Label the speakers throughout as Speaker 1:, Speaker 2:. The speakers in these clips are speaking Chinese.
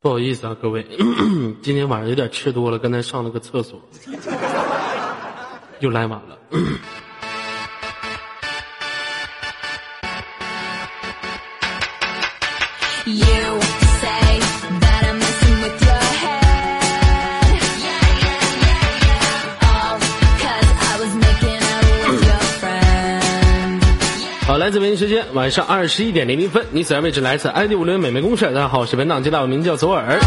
Speaker 1: 不好意思啊，各位， 今天晚上有点吃多了，刚才上了个厕所，又来晚了。
Speaker 2: You say that I'm messing with your head. Yeah, yeah, yeah, yeah. All 'cause I was making out with your friend.
Speaker 1: 好，来自北京时间晚上二十一点零零分，你所在位置来自 ID 五零美眉公社。大家好，我是本档接到名叫左耳。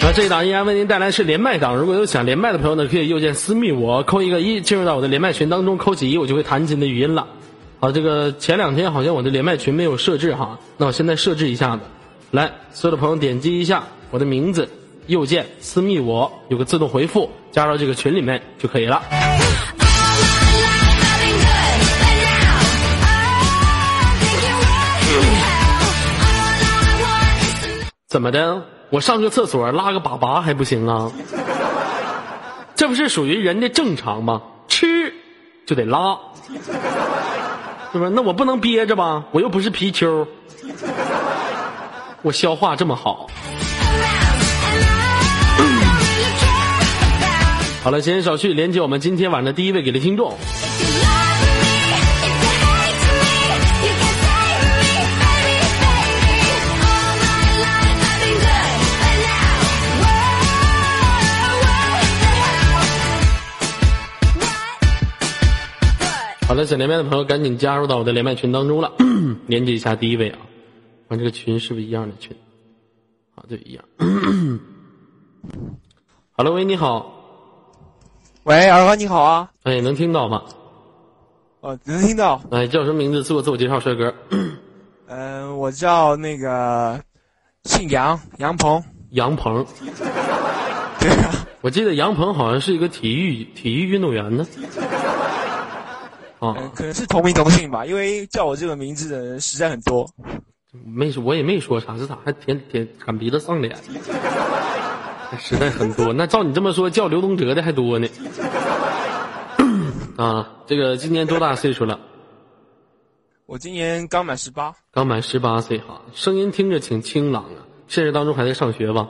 Speaker 1: 那这一档依然为您带来是连麦档，如果有想连麦的朋友呢，可以右键私密我，扣一个一，进入到我的连麦群当中，扣起一，我就会弹琴的语音了。好，这个前两天好像我的连麦群没有设置哈，那我现在设置一下子。来，所有的朋友点击一下我的名字，右键私密我，有个自动回复，加到这个群里面就可以了。
Speaker 2: All my life I've been good, but now I'm thinking what the hell. All I want is to
Speaker 1: 怎么的？我上个厕所拉个粑粑还不行啊？这不是属于人的正常吗？吃就得拉，是不是？那我不能憋着吧？我又不是皮丘，我消化这么好。
Speaker 2: around, and I don't really care about.
Speaker 1: 好了，闲言少叙，连接我们今天晚上的第一位给力听众。
Speaker 2: If you love me, if you hate me, you can save me, baby, baby. All my life I've been good, but now, whoa, what the hell? What? What?
Speaker 1: 好了，想连麦的朋友赶紧加入到我的连麦群当中了，连接一下第一位啊。看这个群是不是一样的群？啊，对，一样。好了，喂，你好，
Speaker 3: 喂，二哥你好啊，
Speaker 1: 哎，能听到吗？
Speaker 3: 哦，能听到，
Speaker 1: 哎，叫什么名字？自我自我介绍，帅哥。
Speaker 3: 嗯、我叫那个，姓杨，杨鹏，
Speaker 1: 杨鹏，
Speaker 3: 对啊，
Speaker 1: 我记得杨鹏好像是一个体育体育运动员呢。
Speaker 3: 嗯、
Speaker 1: 啊，
Speaker 3: 呃可能是同名同姓吧，因为叫我这个名字的人实在很多，
Speaker 1: 没说，我也没说啥，这咋还舔舔擀鼻子上脸？哎实在很多，那照你这么说，叫刘东哲的还多呢。啊，这个今年多大岁数了？
Speaker 3: 我今年刚满十八，
Speaker 1: 刚满十八岁哈，声音听着挺清朗啊。现实当中还在上学吧？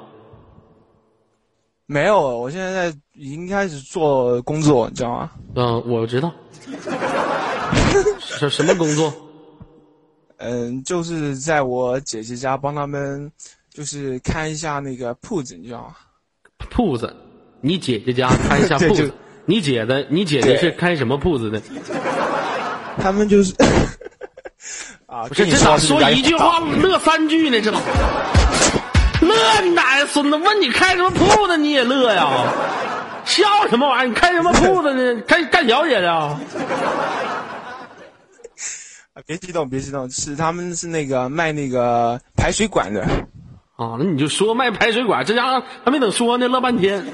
Speaker 3: 没有，我现在在已经开始做工作，你知道吗？
Speaker 1: 啊，我知道。什什么工作？
Speaker 3: 嗯、就是在我姐姐家帮他们，就是看一下那个铺子，你知道吗？
Speaker 1: 铺子，你姐姐家开一下
Speaker 3: 对
Speaker 1: 铺
Speaker 3: 就
Speaker 1: 子。你姐的，你姐姐
Speaker 3: 对
Speaker 1: 是开什么铺子的？
Speaker 3: 他们就是， 啊，
Speaker 1: 不
Speaker 3: 跟你
Speaker 1: 这咋
Speaker 3: 是不是压力
Speaker 1: 一句
Speaker 3: 很大
Speaker 1: 话乐三句呢？这咋乐你哪呀，孙子？问你开什么铺子你也乐呀？笑什么玩意儿？你开什么铺子呢？开干小姐的啊？
Speaker 3: 啊别激动，别激动，是他们是那个卖那个排水管的。
Speaker 1: 啊，那你就说卖排水管，这家伙还没等说呢，乐半天。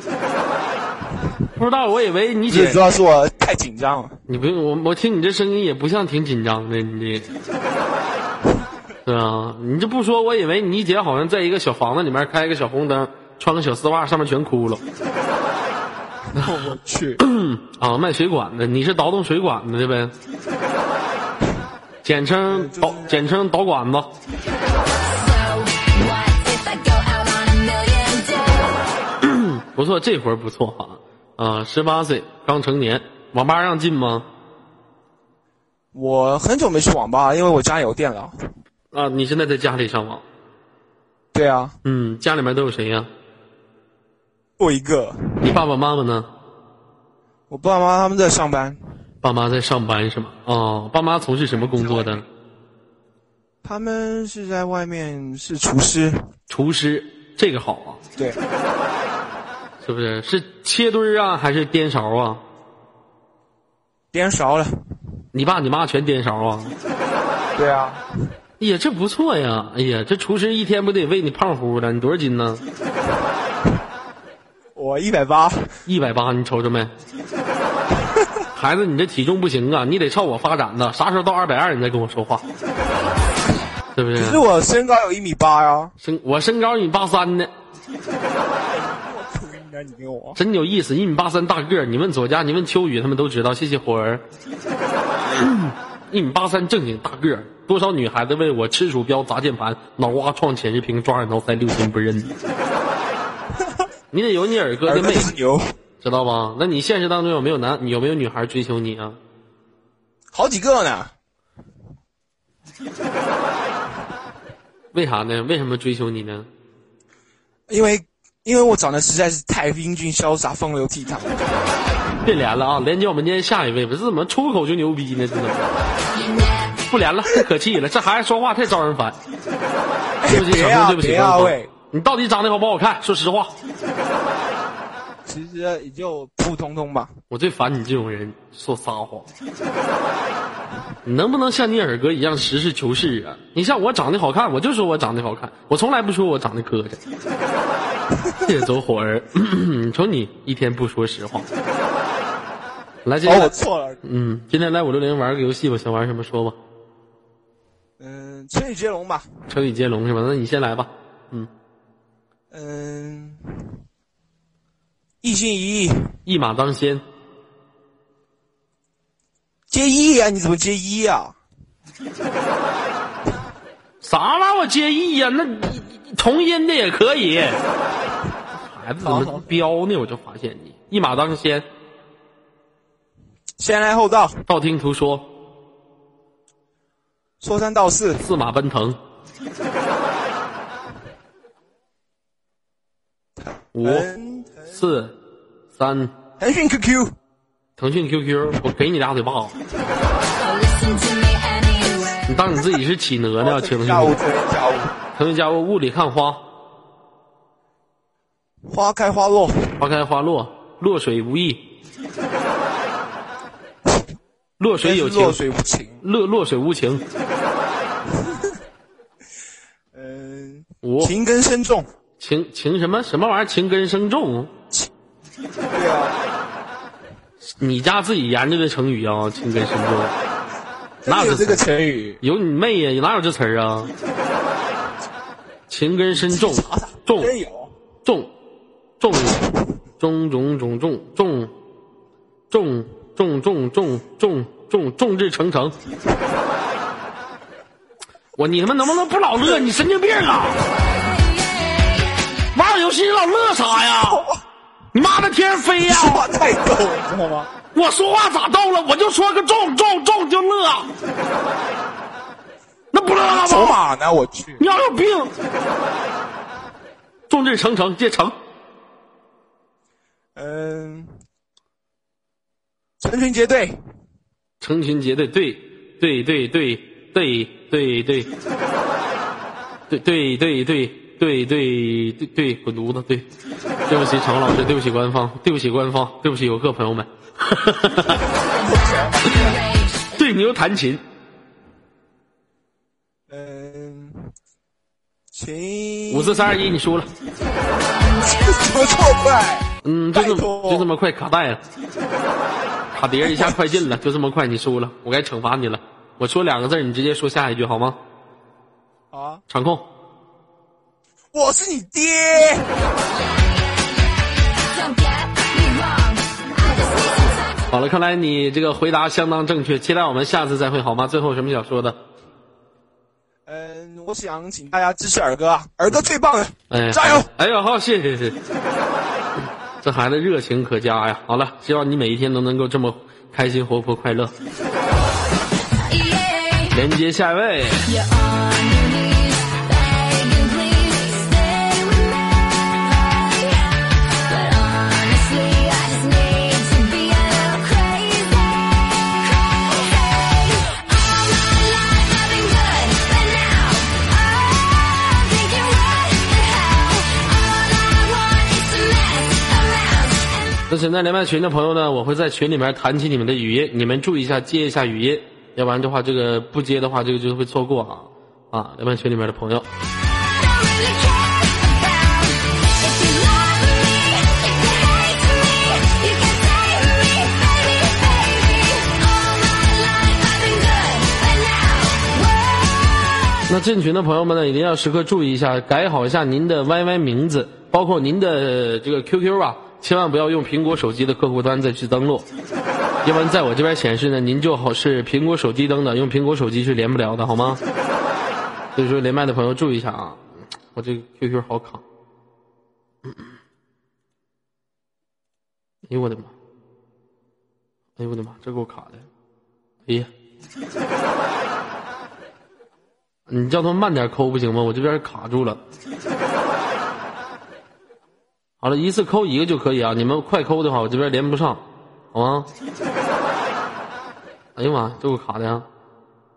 Speaker 1: 不知道，我以为你
Speaker 3: 最
Speaker 1: 姐
Speaker 3: 主，要是我太紧 张了，
Speaker 1: 你不用我，我听你这声音也不像挺紧张的，你这，对啊，你这不说，我以为你姐好像在一个小房子里面开个小红灯，穿个小丝袜，上面全窟窿。
Speaker 3: 我去，
Speaker 1: 啊，卖水管的，你是倒腾水管子的呗？简称
Speaker 3: 就是
Speaker 1: 倒，简称倒管子。
Speaker 2: So what if I go out on a million days?
Speaker 1: 不错，这活儿不错哈。啊，十八岁刚成年，网吧让进吗？
Speaker 3: 我很久没去网吧了，因为我家有电脑。
Speaker 1: 啊，你现在在家里上网？
Speaker 3: 对啊，
Speaker 1: 嗯，家里面都有谁呀、
Speaker 3: 我一个，
Speaker 1: 你爸爸妈妈呢？
Speaker 3: 我爸妈他们在上班，
Speaker 1: 爸妈在上班是吗？哦，爸妈从事什么工作的？
Speaker 3: 他们是在外面是厨师，
Speaker 1: 厨师，这个好啊，
Speaker 3: 对，
Speaker 1: 是不是？是切墩儿啊，还是颠勺啊？
Speaker 3: 颠勺了。
Speaker 1: 你爸你妈全颠勺啊？
Speaker 3: 对啊，
Speaker 1: 哎呀，这不错呀！哎呀，这厨师一天不得喂你胖乎的？你多少斤呢？
Speaker 3: 我一百八，
Speaker 1: 一百八，你瞅着 没？孩子，你这体重不行啊，你得朝我发展呢。啥时候到二百二，你再跟我说话，是不
Speaker 3: 可是
Speaker 1: 是？
Speaker 3: 我身高有一米八呀、
Speaker 1: 身我身高一米八三呢，
Speaker 3: 不应该你给我。
Speaker 1: 真有意思，一米八三大个儿。你问左 佳，你问秋雨，他们都知道。谢谢火儿，一米八三正经大个儿，多少女孩子为我吃鼠标砸键盘，脑瓜撞显示屏，抓耳挠腮六亲不 认。你得有你耳哥
Speaker 3: 耳
Speaker 1: 的
Speaker 3: 根
Speaker 1: 魅
Speaker 3: 子
Speaker 1: 力，
Speaker 3: 牛，
Speaker 1: 知道吧？那你现实当中有没有男你有没有女孩追求你啊？
Speaker 3: 好几个呢。
Speaker 1: 为啥呢？为什么追求你呢？
Speaker 3: 因为因为我长得实在是太英俊潇洒、风流倜傥了。
Speaker 1: 别连了啊！连接我们今天下一位吧，这怎么出口就牛逼呢？这怎么不连了？太可气了，这孩子说话太招人烦。对不起，
Speaker 3: 别
Speaker 1: 小明，
Speaker 3: 啊
Speaker 1: 对不起，
Speaker 3: 别
Speaker 1: 官
Speaker 3: 啊
Speaker 1: 方
Speaker 3: 喂！
Speaker 1: 你到底长得好不好看？说实话，
Speaker 3: 其实也就普通通吧。
Speaker 1: 我最烦你这种人说撒谎。你能不能像你耳哥一样实事求是啊？你像我长得好看，我就说我长得好看，我从来不说我长得磕碜。 谢谢走火儿， 瞅你一天不说实话。来，今
Speaker 3: 哦，
Speaker 1: 天
Speaker 3: 我
Speaker 1: 来
Speaker 3: 错了。
Speaker 1: 嗯，今天来五六零玩个游戏吧，想玩什么说吧。
Speaker 3: 嗯，成语接龙吧。
Speaker 1: 成语接龙是吧？那你先来吧。嗯，
Speaker 3: 嗯，一心一意
Speaker 1: 一马当先，
Speaker 3: 接一啊？你怎么接一啊？
Speaker 1: 啥玩意儿？我接意呀、那你你同音的也可以。孩子怎么彪呢？我就发现你一马当先，
Speaker 3: 先来后到，
Speaker 1: 道听途说，
Speaker 3: 说三道四，
Speaker 1: 四马奔腾。五
Speaker 3: 腾
Speaker 1: 四三，
Speaker 3: 嗯腾讯 QQ，
Speaker 1: 腾讯 QQ，我给你俩嘴巴子，你当你自己是企鹅呢？请腾讯
Speaker 3: 下午
Speaker 1: QQ
Speaker 3: 这边下午，
Speaker 1: 腾讯家务雾里看花，
Speaker 3: 花开花落，
Speaker 1: 花开花落，落水无意，落水有情，
Speaker 3: 落水无情。
Speaker 1: 落落水无情。
Speaker 3: 嗯，
Speaker 1: 五
Speaker 3: 情根深重。
Speaker 1: 情情什么什么玩意儿？情根深重？
Speaker 3: 对啊，
Speaker 1: 你家自己研究的成语啊？情根深重？哪
Speaker 3: 真的有
Speaker 1: 这
Speaker 3: 这个
Speaker 1: 词？
Speaker 3: 成语？
Speaker 1: 有你妹呀！哪有这词儿啊？情根深重，重
Speaker 3: 真有。
Speaker 1: 重重重重重重重重重重重重重众志成城。我你他妈能不能不老乐？你神经病啊！玩会儿游戏你老乐啥呀？
Speaker 3: 哦
Speaker 1: 你妈的天上飞呀！
Speaker 3: 说话太逗了，你知道吗？
Speaker 1: 我说话咋逗了？我就说个中中中就乐，那不乐了
Speaker 3: 走
Speaker 1: 吗？
Speaker 3: 马呢？我去，
Speaker 1: 你要有病！众志成城，这成
Speaker 3: 嗯，成群结队，
Speaker 1: 成群结队，对对对对对对对对对对对对对对对，滚犊子！对，对不起，常老师，对不起官方，对不起官方，对不起游客朋友们。对牛弹琴，
Speaker 3: 嗯，情
Speaker 1: 五四三二一，你输了。
Speaker 3: 怎么这么快？
Speaker 1: 嗯，就这
Speaker 3: 拜
Speaker 1: 么
Speaker 3: 托
Speaker 1: 就这么快卡带了，卡碟儿一下快进了，就这么快你输了，我该惩罚你了。我说两个字儿，你直接说下一句好吗？
Speaker 3: 啊！
Speaker 1: 场控，
Speaker 3: 我是你爹，
Speaker 1: 好了，看来你这个回答相当正确，期待我们下次再会好吗？最后有什么想说的？
Speaker 3: 嗯，我想请大家支持尔哥啊，尔哥最棒了，
Speaker 1: 哎，
Speaker 3: 加油！！
Speaker 1: 哎呦，好，谢谢谢谢。这孩子热情可嘉呀！好了，希望你每一天都能够这么开心、活泼、快乐。连接下一位，那现在连麦群的朋友呢，我会在群里面弹起你们的语音，你们注意一下接一下语音，要不然的话，这个不接的话，这个就会错过啊啊！连麦群里面的朋友，那进群的朋友们呢，一定要时刻注意一下，改好一下您的 YY 名字，包括您的这个 QQ 啊，千万不要用苹果手机的客户端再去登录。要不然在我这边显示呢，您就好是苹果手机登的，用苹果手机是连不了的，好吗？所以说连麦的朋友注意一下啊，我这个 QQ 好卡。哎呦我的妈！哎呦我的妈，这给我卡的！哎呀，你叫他们慢点抠不行吗？我这边卡住了。好了，一次扣一个就可以啊。你们快扣的话，我这边连不上，好吗？哎呀妈，这给我卡的呀！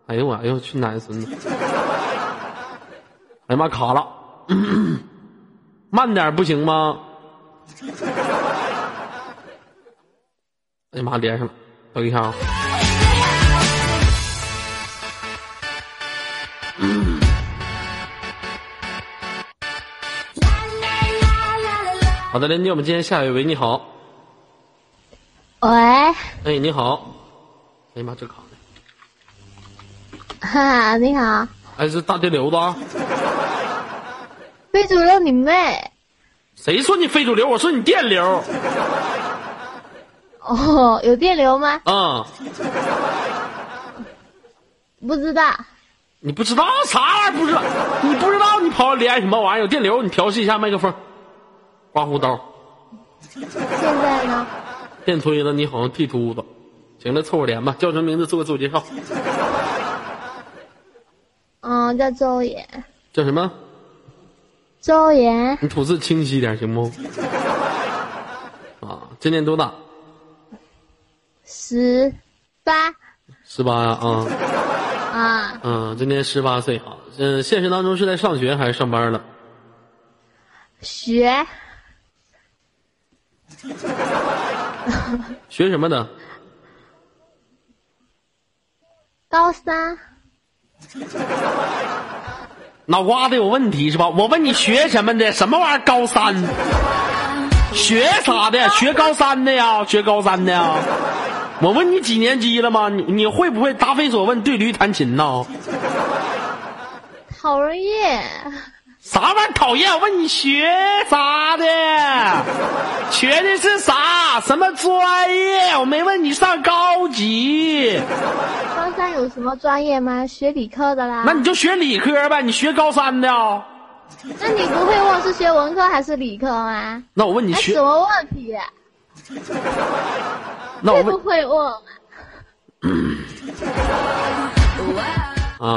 Speaker 1: 哎呦我，哎呦去奶奶孙子！哎呀妈，卡了！ 慢点不行吗？哎呀妈，连上了！等一下啊。好的，连接我们今天下一位，你好，
Speaker 4: 喂，
Speaker 1: 哎，你好，哎呀妈，这卡的，
Speaker 4: 哈， 你好，
Speaker 1: 哎，这大电流子啊！
Speaker 4: 非主流你妹！
Speaker 1: 谁说你非主流？我说你电流
Speaker 4: 哦， 有电流吗？
Speaker 1: 啊、
Speaker 4: 不知道。
Speaker 1: 你不知道啥玩意儿？不知道？你不知道你跑连什么玩意儿？有电流，你调试一下麦克风，刮胡刀，
Speaker 4: 现在呢？
Speaker 1: 电推子，你好像剃秃子。行了，凑合连吧，叫什么名字？做个自我介绍，
Speaker 4: 嗯，叫周岩，
Speaker 1: 叫什么？
Speaker 4: 周岩，
Speaker 1: 你吐字清晰点行不？啊，今年多大？
Speaker 4: 十八
Speaker 1: 十八呀啊，
Speaker 4: 啊，
Speaker 1: 嗯，今年十八岁啊。嗯，现实当中是在上学还是上班了？
Speaker 4: 学
Speaker 1: 学什么的？
Speaker 4: 高三，
Speaker 1: 脑瓜子有问题是吧？我问你学什么的？什么玩意儿？高三？学啥的？学高三的呀？学高三的呀？我问你几年级了吗？你你会不会答非所问对驴弹琴呐？
Speaker 4: 讨人厌。
Speaker 1: 啥玩意儿讨厌？我问你学啥的？学的是啥？什么专业？我没问你上高级，
Speaker 4: 高三有什么专业吗？学理科的啦。
Speaker 1: 那你就学理科呗。你学高三的啊？
Speaker 4: 那你不会问是学文科还是理科吗？
Speaker 1: 那我问你
Speaker 4: 哎，
Speaker 1: 学
Speaker 4: 什，么问题、啊？
Speaker 1: 那哦我
Speaker 4: 会
Speaker 1: 问
Speaker 4: 不会问啊？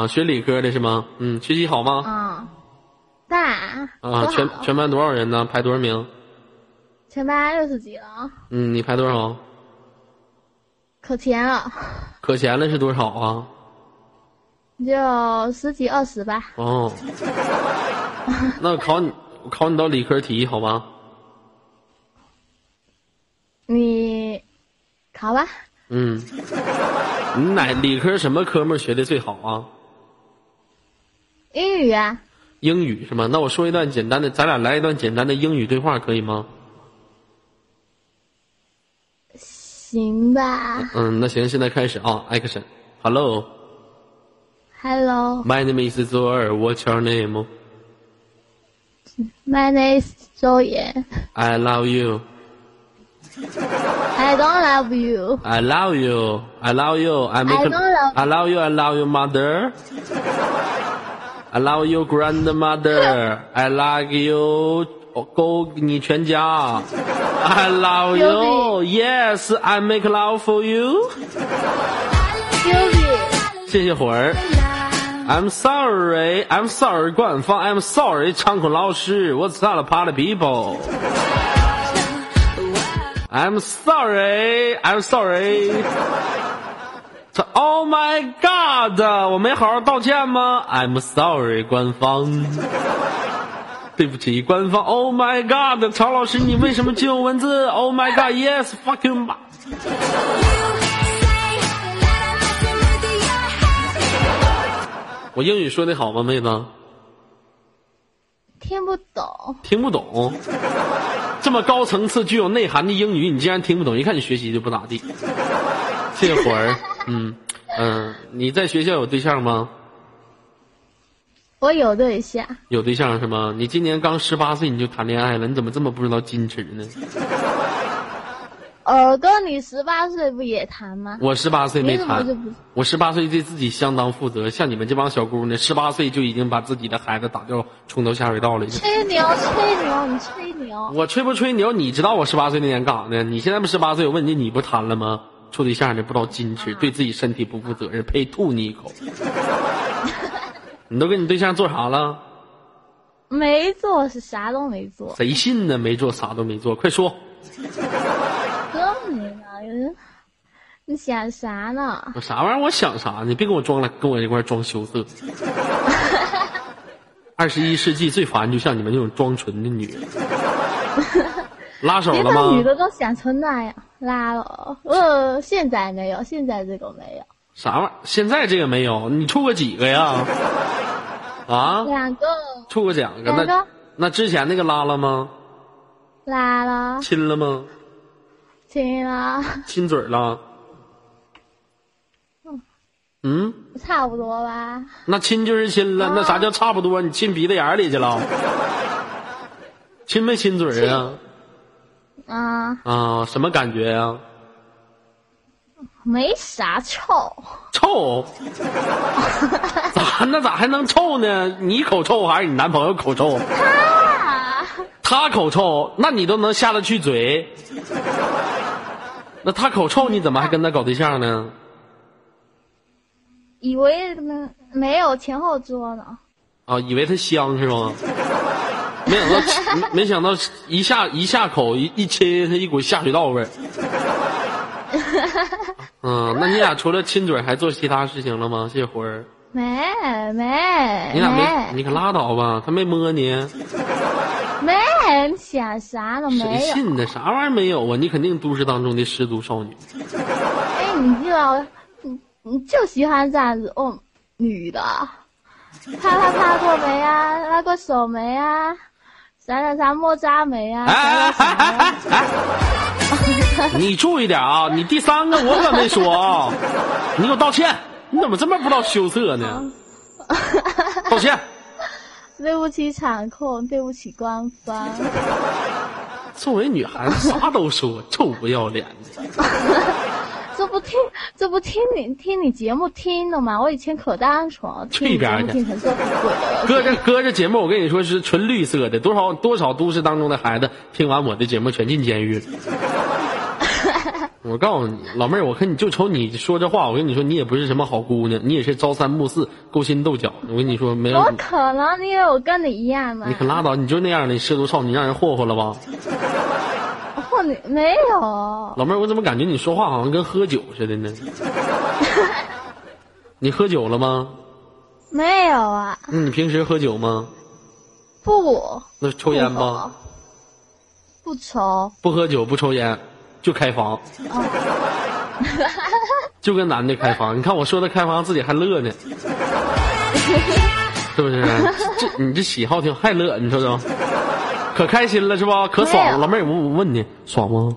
Speaker 1: 啊，学理科的是吗？嗯，学习好吗？
Speaker 4: 嗯，大
Speaker 1: 啊，
Speaker 4: 多
Speaker 1: 全
Speaker 4: 好
Speaker 1: 全班多少人呢？排多少名？
Speaker 4: 全班六十几了，
Speaker 1: 嗯，你排多少？
Speaker 4: 可甜了。
Speaker 1: 可闲了是多少啊？
Speaker 4: 就十几二十吧。
Speaker 1: 哦，那我考你，我考你道理科题好吗？
Speaker 4: 你考吧，
Speaker 1: 嗯，你哪理科什么科目学的最好啊？
Speaker 4: 英语啊，
Speaker 1: 英语是吗？那我说一段简单的，咱俩来一段简单的英语对话可以吗？
Speaker 4: 行吧。
Speaker 1: 嗯，那行，现在开始啊，Action。Hello,
Speaker 4: Hello,
Speaker 1: my name is z o r What's your name?
Speaker 4: my name is Zhou Yan.
Speaker 1: I love you.
Speaker 4: I don't love you.
Speaker 1: I love you. I love you. I make.
Speaker 4: I don't love-
Speaker 1: I love you. I love your mother. I love your grandmother. I love you. 勾你全家。I love you.
Speaker 4: Judy.
Speaker 1: Yes, I make love for you.
Speaker 4: Judy,
Speaker 1: 谢谢火儿。I'm sorry. I'm sorry. 官方。I'm sorry. 场孔老师。What's up, party people? I'm sorry. I'm sorry. Oh my God！我没好好道歉吗？I'm sorry，官方，对不起，官方。Oh my God！曹老师，你为什么只有文字？Oh my God！Yes，fucking。我英语说的好吗，妹子？
Speaker 4: 听不懂，
Speaker 1: 听不懂，这么高层次、具有内涵的英语，你竟然听不懂，一看你学习就不咋地。谢谢火儿，嗯嗯、你在学校有对象吗？
Speaker 4: 我有对象，
Speaker 1: 有对象是吗？你今年刚十八岁你就谈恋爱了，你怎么这么不知道矜持呢？
Speaker 4: 耳哥，你十八岁不也谈吗？
Speaker 1: 我十八岁没
Speaker 4: 你怎么
Speaker 1: 谈
Speaker 4: 就，不？
Speaker 1: 我十八岁对自己相当负责。像你们这帮小姑娘，十八岁就已经把自己的孩子打掉冲到下水道了。已经
Speaker 4: 吹牛，吹牛，你吹牛！
Speaker 1: 我吹不吹牛？你知道我十八岁那年干啥呢？你现在不十八岁，我问你，你不谈了吗？处对象呢不知道矜
Speaker 4: 嗯
Speaker 1: 持，对自己身体不负责任，呸！吐你一 口。你都跟你对象做啥了？
Speaker 4: 没做是啥都没做，
Speaker 1: 谁信呢？没做，啥都没做。快说，
Speaker 4: 哥你呢？有人你想啥呢？
Speaker 1: 我啥玩意儿？我想啥？你别跟我装了，跟我一块儿装羞 涩。二十一世纪最烦就像你们这种装纯的女人。拉手
Speaker 4: 别
Speaker 1: 了
Speaker 4: 的女
Speaker 1: 吗？
Speaker 4: 的都想成那样，拉了。呃，现在没有，现在这个没有，
Speaker 1: 啥玩意儿？现在这个没有，你处过几个呀？啊，
Speaker 4: 两个
Speaker 1: 处过两个。
Speaker 4: 两
Speaker 1: 那
Speaker 4: 个
Speaker 1: 那之前那个拉了吗？
Speaker 4: 拉了，
Speaker 1: 亲了吗？
Speaker 4: 亲了，
Speaker 1: 亲嘴儿了？嗯，
Speaker 4: 差不多吧。
Speaker 1: 那亲就是亲了，那啥叫差不多？你亲鼻子眼儿里去了？亲没亲嘴儿啊？
Speaker 4: 啊、
Speaker 1: 啊，什么感觉呀、
Speaker 4: 没啥臭，
Speaker 1: 臭？咋那咋还能臭呢？你口臭还是你男朋友口臭？
Speaker 4: 啊，
Speaker 1: 他口臭，那你都能下得去嘴？那他口臭，你怎么还跟他搞对象呢？
Speaker 4: 以为嗯没有前后桌呢。
Speaker 1: 啊，以为他香是 吗？没想到， 没没想到一下一下口一一亲，他一股下水道味儿。 嗯，那你俩除了亲嘴还做其他事情了吗？这会儿
Speaker 4: 没没
Speaker 1: 你俩没，
Speaker 4: 没
Speaker 1: 你可拉倒吧，他没摸你。
Speaker 4: 没，你想啥呢？
Speaker 1: 谁
Speaker 4: 没有。
Speaker 1: 信呢？啥玩意儿没有啊？你肯定都市当中的失足 少女。
Speaker 4: 哎，你知道，你你就喜欢这样子哦，女 的，啪啪啪过没啊？拉过手没啊？啥啥啥摸渣没
Speaker 1: 哎
Speaker 4: 啊？啥啥啥呀哎
Speaker 1: 你注意点啊！你第三个我可没说啊！你给我道歉！你怎么这么不知道羞涩呢？
Speaker 4: 哦
Speaker 1: 哎道歉！
Speaker 4: 对不起场控，对不起官方。
Speaker 1: 作为女孩子啥都说，臭不要脸的！
Speaker 4: 这不听，这不听你听你节目听的吗？我以前可单纯了，听
Speaker 1: 去一
Speaker 4: 你
Speaker 1: 边儿去
Speaker 4: 节目听成这副鬼了。
Speaker 1: 哥这哥这节目我跟你说是纯绿色的，多少多少都市当中的孩子听完我的节目全进监 狱了。我告诉你，老妹儿，我看你就瞅你说这话，我跟你说，你也不是什么好姑娘，你也是朝三暮四、勾心斗角。我跟你说，没有
Speaker 4: 我
Speaker 1: 你
Speaker 4: 可能你以为我跟你一样吗
Speaker 1: 你？可拉倒，你就那样的失足少女，让人霍霍了吧？
Speaker 4: 或你没有，
Speaker 1: 老妹儿，我怎么感觉你说话好像跟喝酒似的 呢？你喝酒了吗？
Speaker 4: 没有啊，
Speaker 1: 嗯，你平时喝酒吗？
Speaker 4: 不
Speaker 1: 那抽烟吗？
Speaker 4: 不愁，
Speaker 1: 不喝酒，不抽烟，就开房，
Speaker 4: 哦
Speaker 1: 就跟男的开房。你看我说的开房，自己还乐 呢，是不是？啊这你这喜好挺还乐，你瞅瞅，可开心了是吧？可爽
Speaker 4: 没
Speaker 1: 了，
Speaker 4: 有
Speaker 1: 老妹儿，我我问你，爽吗？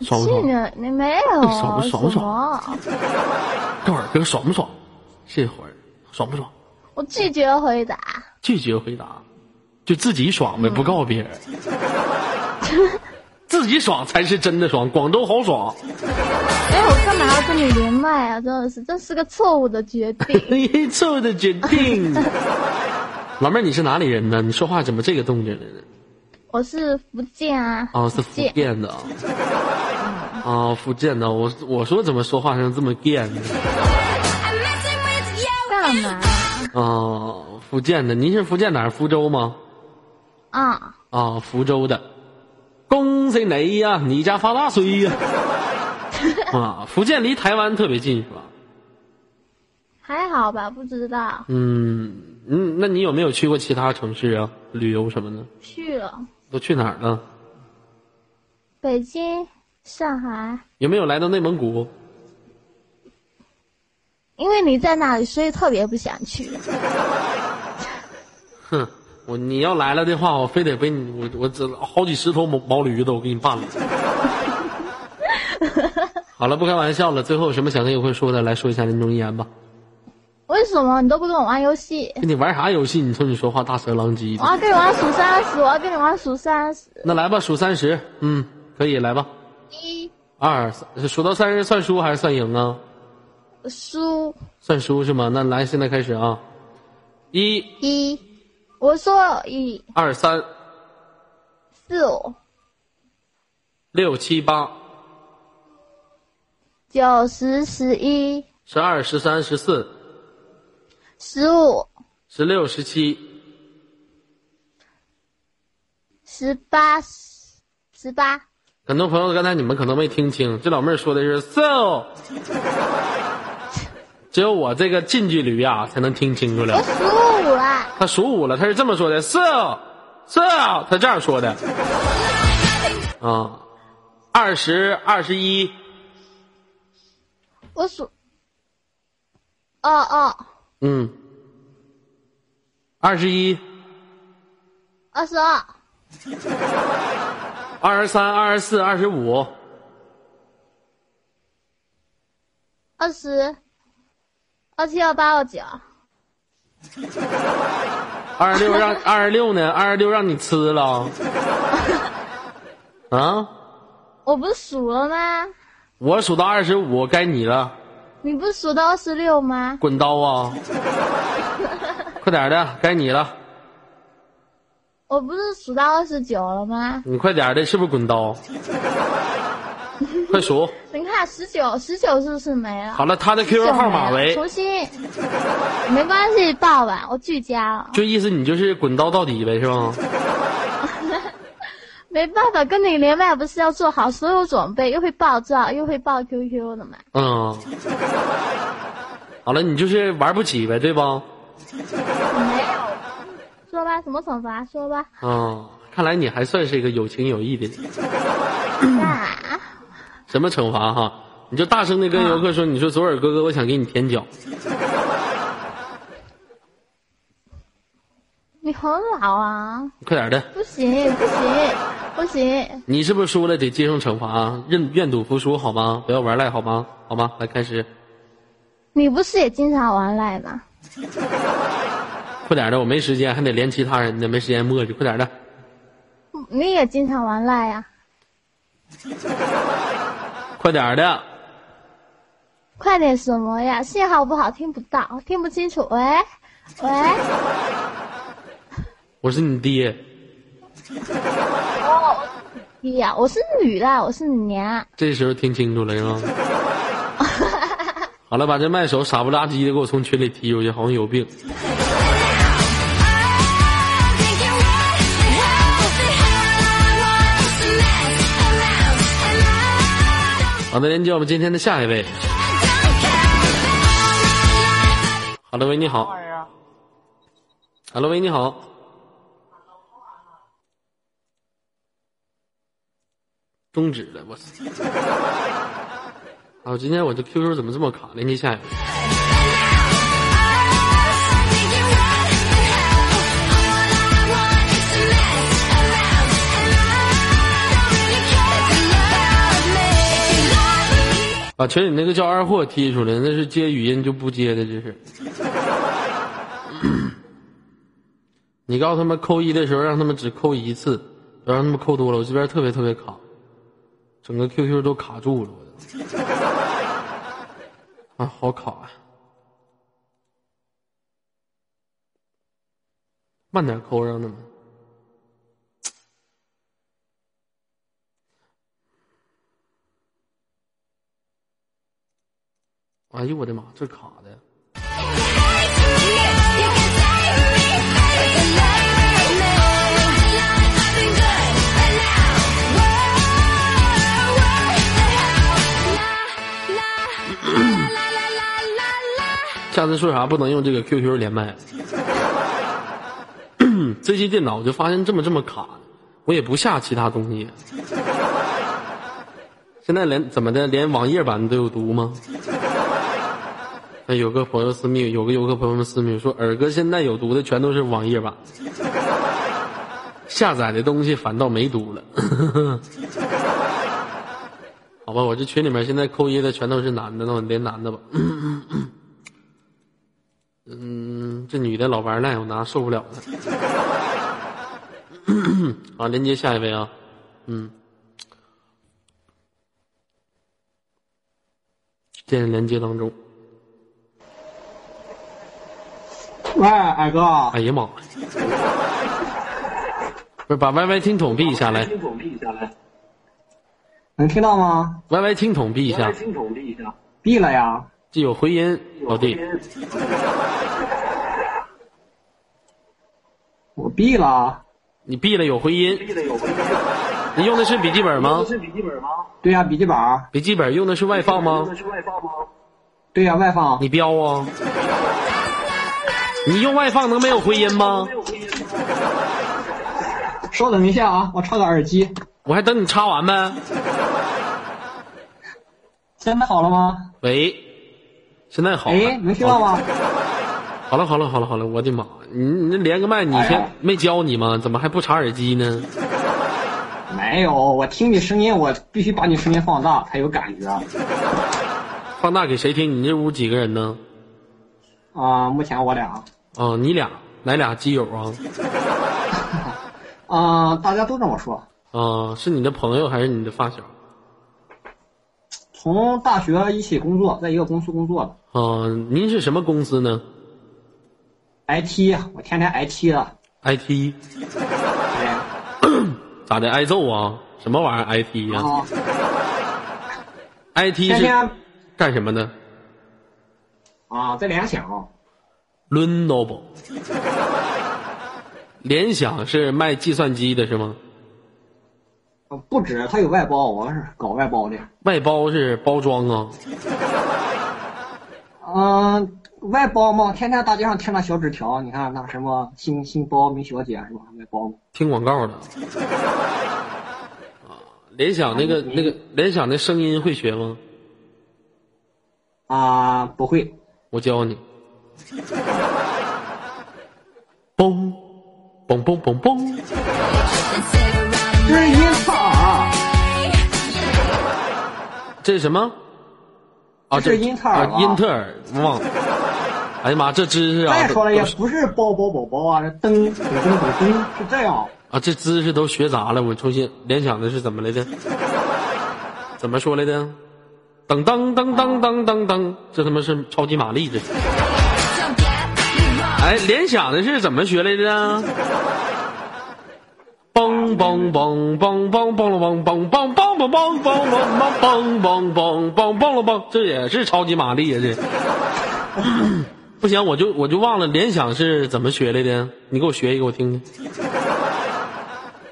Speaker 1: 爽不
Speaker 4: 是
Speaker 1: 爽？
Speaker 4: 呢，你没有
Speaker 1: 爽不爽不
Speaker 4: 什么，
Speaker 1: 告诉我哥爽不爽？这会儿爽不爽？
Speaker 4: 我拒绝回答。
Speaker 1: 拒绝回答，就自己爽
Speaker 4: 嗯
Speaker 1: 呗，不告别人。 自己爽才是真的爽，广州豪爽。
Speaker 4: 哎，我干嘛要跟你连麦啊？真的是，这是个错误的决 定。
Speaker 1: 你做的决定。老妹儿，你是哪里人呢？你说话怎么这个动静了呢？
Speaker 4: 我是福建啊，
Speaker 1: 啊，是福建的啊。啊，福建的，我我说怎么说话成这么贱呢？
Speaker 2: I'm messing with you.
Speaker 4: 干嘛
Speaker 1: 啊，福建的，您是福建哪儿？福州吗？
Speaker 4: 啊？
Speaker 1: 啊，福州的，恭喜你呀、你家发大水 呀、啊！福建离台湾特别近是吧？
Speaker 4: 还好吧，不知道
Speaker 1: 嗯嗯，那你有没有去过其他城市啊？旅游什么的？
Speaker 4: 去了
Speaker 1: 都去哪儿了？
Speaker 4: 北京、上海，
Speaker 1: 有没有来到内蒙古？
Speaker 4: 因为你在那里，所以特别不想去。
Speaker 1: 哼，我你要来了的话，我非得被你我我这好几十头毛毛驴子，我给你办了。好了，不开玩笑了。最后有什么想跟友会说的，来说一下临终遗言吧。
Speaker 4: 为什么你都不跟我玩游戏？
Speaker 1: 跟你玩啥游戏？你瞅你说话大舌狼藉
Speaker 4: 我
Speaker 1: 的。
Speaker 4: 要跟你玩数三十，我要跟你玩数三十，
Speaker 1: 那来吧，数三十。嗯，可以来吧。
Speaker 4: 一
Speaker 1: 二，三数到三十算输还是算赢啊？
Speaker 4: 输
Speaker 1: 算输是吗？那来，现在开始啊！一、
Speaker 4: 一，我说一
Speaker 1: 二、三、
Speaker 4: 四五
Speaker 1: 六、七、八、
Speaker 4: 九十十一
Speaker 1: 十二、十三、十四、
Speaker 4: 十五
Speaker 1: 十六、十七、
Speaker 4: 十八十八
Speaker 1: 很多朋友刚才你们可能没听清，这老妹儿说的是 so，只有我这个近距离啊才能听清楚
Speaker 4: 我
Speaker 1: 了。
Speaker 4: 十五了，
Speaker 1: 她数五了，她是这么说的 so so，她这样说的。啊，二十二十一
Speaker 4: 我数哦二二
Speaker 1: 嗯，二十一、
Speaker 4: 二十二
Speaker 1: 二十三、二十四、二十五、
Speaker 4: 二十二七二八二九
Speaker 1: 二十六让二十六呢？二十六让你吃了。啊，
Speaker 4: 我不是数了吗？
Speaker 1: 我数到二十五，该你了，
Speaker 4: 你不是数到二十六吗？
Speaker 1: 滚刀啊！快点的，该你了，
Speaker 4: 我不是数到二十九了吗？
Speaker 1: 你快点的，是不是滚刀？快数
Speaker 4: 你看十九，十九是不是没了？
Speaker 1: 好了，他的 QQ 号码为，
Speaker 4: 重新，没关系，报吧，我拒加了，
Speaker 1: 就意思你就是滚刀到底呗，是吧？
Speaker 4: 没办法，跟你连麦不是要做好所有准备，又会爆照，又会爆 QQ 的嘛？
Speaker 1: 嗯，好了，你就是玩不起呗，对吧？
Speaker 4: 没有，说吧，什么惩罚？说吧，
Speaker 1: 嗯，看来你还算是一个有情有 义的人。
Speaker 4: 那
Speaker 1: 什么惩罚哈？你就大声的跟游客说，你说左耳哥哥，我想给你舔脚。
Speaker 4: 你很老啊，
Speaker 1: 快点的，
Speaker 4: 不行不行不行，
Speaker 1: 你是不是输了得接受惩罚啊？认愿赌服输好吗？不要玩赖好吗？好吗？来开始，
Speaker 4: 你不是也经常玩赖吗？
Speaker 1: 快点的，我没时间，还得连其他人呢，没时间磨叽，快点的。
Speaker 4: 你也经常玩赖啊呀、
Speaker 1: 快点的，
Speaker 4: 快点什么呀？信号不好，听不到，听不清楚。喂，喂，哎
Speaker 1: 我是你爹，
Speaker 4: 弟呀，我是女的，我是你娘。
Speaker 1: 这时候听清楚了是吗？好了，把这麦手傻不拉几的给我从群里踢出去，好像有病。好的，连接我们今天的下一位。好了，喂，你好。哈喽，喂，你好。终止了，我操！ 啊，我今天我这 QQ 怎么这么卡？连接下一位。把群里那个叫二货踢出来，那是接语音就不接的，这是。你告诉他们扣一的时候，让他们只扣一次，不要让他们扣多了。我这边特别特别卡，整个 QQ 都卡住了，我都。啊，好卡呀、慢点扣，让他们。哎呦我的妈，这卡的！下次说啥不能用这个 QQ 连麦。 这期电脑我就发现这么这么卡，我也不下其他东西。现在连怎么的，连网页版都有毒吗？哎那有个朋友私密，有个游客朋友们私密说，尔哥现在有毒的全都是网页版，下载的东西反倒没毒了。 好吧，我这群里面现在扣一的全都是男的，那我连男的吧。嗯，这女的老玩赖，我拿受不了了。 好，连接下一位啊，嗯，现在连接当中。
Speaker 5: 喂，矮哥，
Speaker 1: 哎呀妈呀！不是把 YY 听筒闭一下来
Speaker 5: 能听到吗？
Speaker 1: ，YY 听筒闭一下，
Speaker 5: 闭了呀。
Speaker 1: 这有回音，老弟。
Speaker 5: 我闭了。
Speaker 1: 你闭了有回音。你用的是笔记本吗？
Speaker 5: 对呀、笔记本儿。
Speaker 1: 笔记本用的是外放吗？
Speaker 5: 对呀、外放。
Speaker 1: 你彪啊！你用外放能没有回音吗？
Speaker 5: 稍等一下啊，我插个耳机。
Speaker 1: 我还等你插完呗。
Speaker 5: 现在好了吗？
Speaker 1: 喂，现在好了。
Speaker 5: 哎，能听到吗？
Speaker 1: 好了好了好了好了，我的妈！你你这连个麦，你
Speaker 5: 哎
Speaker 1: 先
Speaker 5: 呀
Speaker 1: 没教你吗？怎么还不插耳机呢？
Speaker 5: 没有，我听你声音，我必须把你声音放大才有感觉。
Speaker 1: 放大给谁听？你这屋几个人呢？
Speaker 5: 啊、目前我俩，
Speaker 1: 啊，你俩来俩基友啊？
Speaker 5: 啊、大家都这么说。
Speaker 1: 啊，是你的朋友还是你的发小？
Speaker 5: 从大学一起工作，在一个公司工作的
Speaker 1: 啊，您是什么公司呢
Speaker 5: IT，我天天 IT 的。
Speaker 1: ？IT
Speaker 5: 对，
Speaker 1: 咋的？挨揍啊？什么玩意儿？IT 呀、
Speaker 5: 然后
Speaker 1: i t
Speaker 5: 哦天啊
Speaker 1: 是
Speaker 5: 天
Speaker 1: 干什么的
Speaker 5: 啊，在联想，
Speaker 1: ？Lenovo。联想是卖计算机的是吗？
Speaker 5: 呃不止他有外包，我是搞外包的。
Speaker 1: 外包是包装啊？
Speaker 5: 嗯，外包嘛，天天大街上贴那小纸条，你看那什么新新包明小姐是吧？外包嘛，
Speaker 1: 听广告 的。啊，啊联想那个
Speaker 5: 嗯
Speaker 1: 那个联想的声音会学吗？
Speaker 5: 啊，不会，
Speaker 1: 我教 你。嘣，嘣嘣嘣嘣。
Speaker 5: 这是音叉啊，
Speaker 1: 这是什么？啊，
Speaker 5: 这是英特尔吧
Speaker 1: 啊英特尔，忘了。哎呀妈，这知识啊！
Speaker 5: 再说了
Speaker 1: 都
Speaker 5: 也
Speaker 1: 都是
Speaker 5: 不是包包宝宝啊，这噔噔噔噔噔是这样，
Speaker 1: 啊，这知识都学杂了。我重新联想的是怎么来的？怎么说来的？噔噔噔噔噔噔噔，这他妈是超级玛丽这是。哎，联想的是怎么学来的？嘣嘣嘣嘣嘣嘣了嘣嘣嘣嘣嘣嘣嘣嘣嘣嘣嘣嘣了嘣，这也是超级玛丽呀这。不行，我就我就忘了联想是怎么学来的，你给我学一个我听听。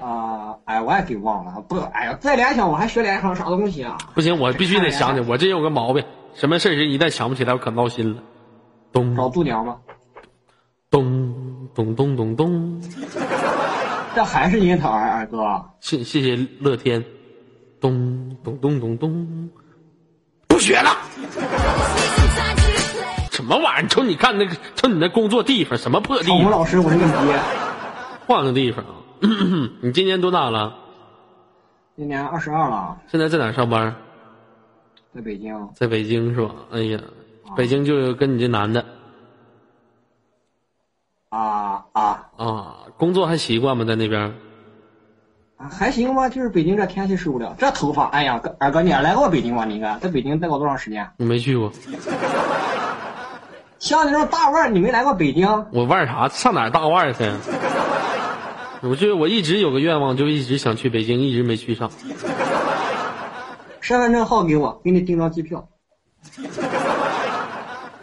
Speaker 5: 啊，哎，我也给忘了，不，哎呀，在联想我还学联想啥东西啊？
Speaker 1: 不行，我必须得想起，我这有个毛病，什么事儿是一旦想不起来，我可闹心了。咚
Speaker 5: 找度娘吗？
Speaker 1: 咚咚咚咚咚，
Speaker 5: 这还是英特尔，二哥，
Speaker 1: 谢谢谢乐天。咚咚咚咚咚，不学了。什么玩意儿？瞅你看那个，瞅你那工作地方，什么破地
Speaker 5: 小红
Speaker 1: 方？
Speaker 5: 老师，我是你爹，
Speaker 1: 换个地方啊！ 你今年多大了？
Speaker 5: 今年二十二了，
Speaker 1: 现在在哪儿上班？
Speaker 5: 在北京，
Speaker 1: 在北京是吧？哎呀，北京就跟你这男的
Speaker 5: 啊啊，
Speaker 1: 啊，工作还习惯吗？在那边？
Speaker 5: 啊，还行吧，就是北京这天气受不了，这头发，哎呀，哥二哥，你也来过北京吗？你应该在北京待过多长时间？啊
Speaker 1: 我没去过。
Speaker 5: 像你这种大腕儿，你没来过北京？
Speaker 1: 我腕儿啥？上哪儿大腕儿去？我就我一直有个愿望，就一直想去北京，一直没去上。
Speaker 5: 身份证号给我，给你订张机票。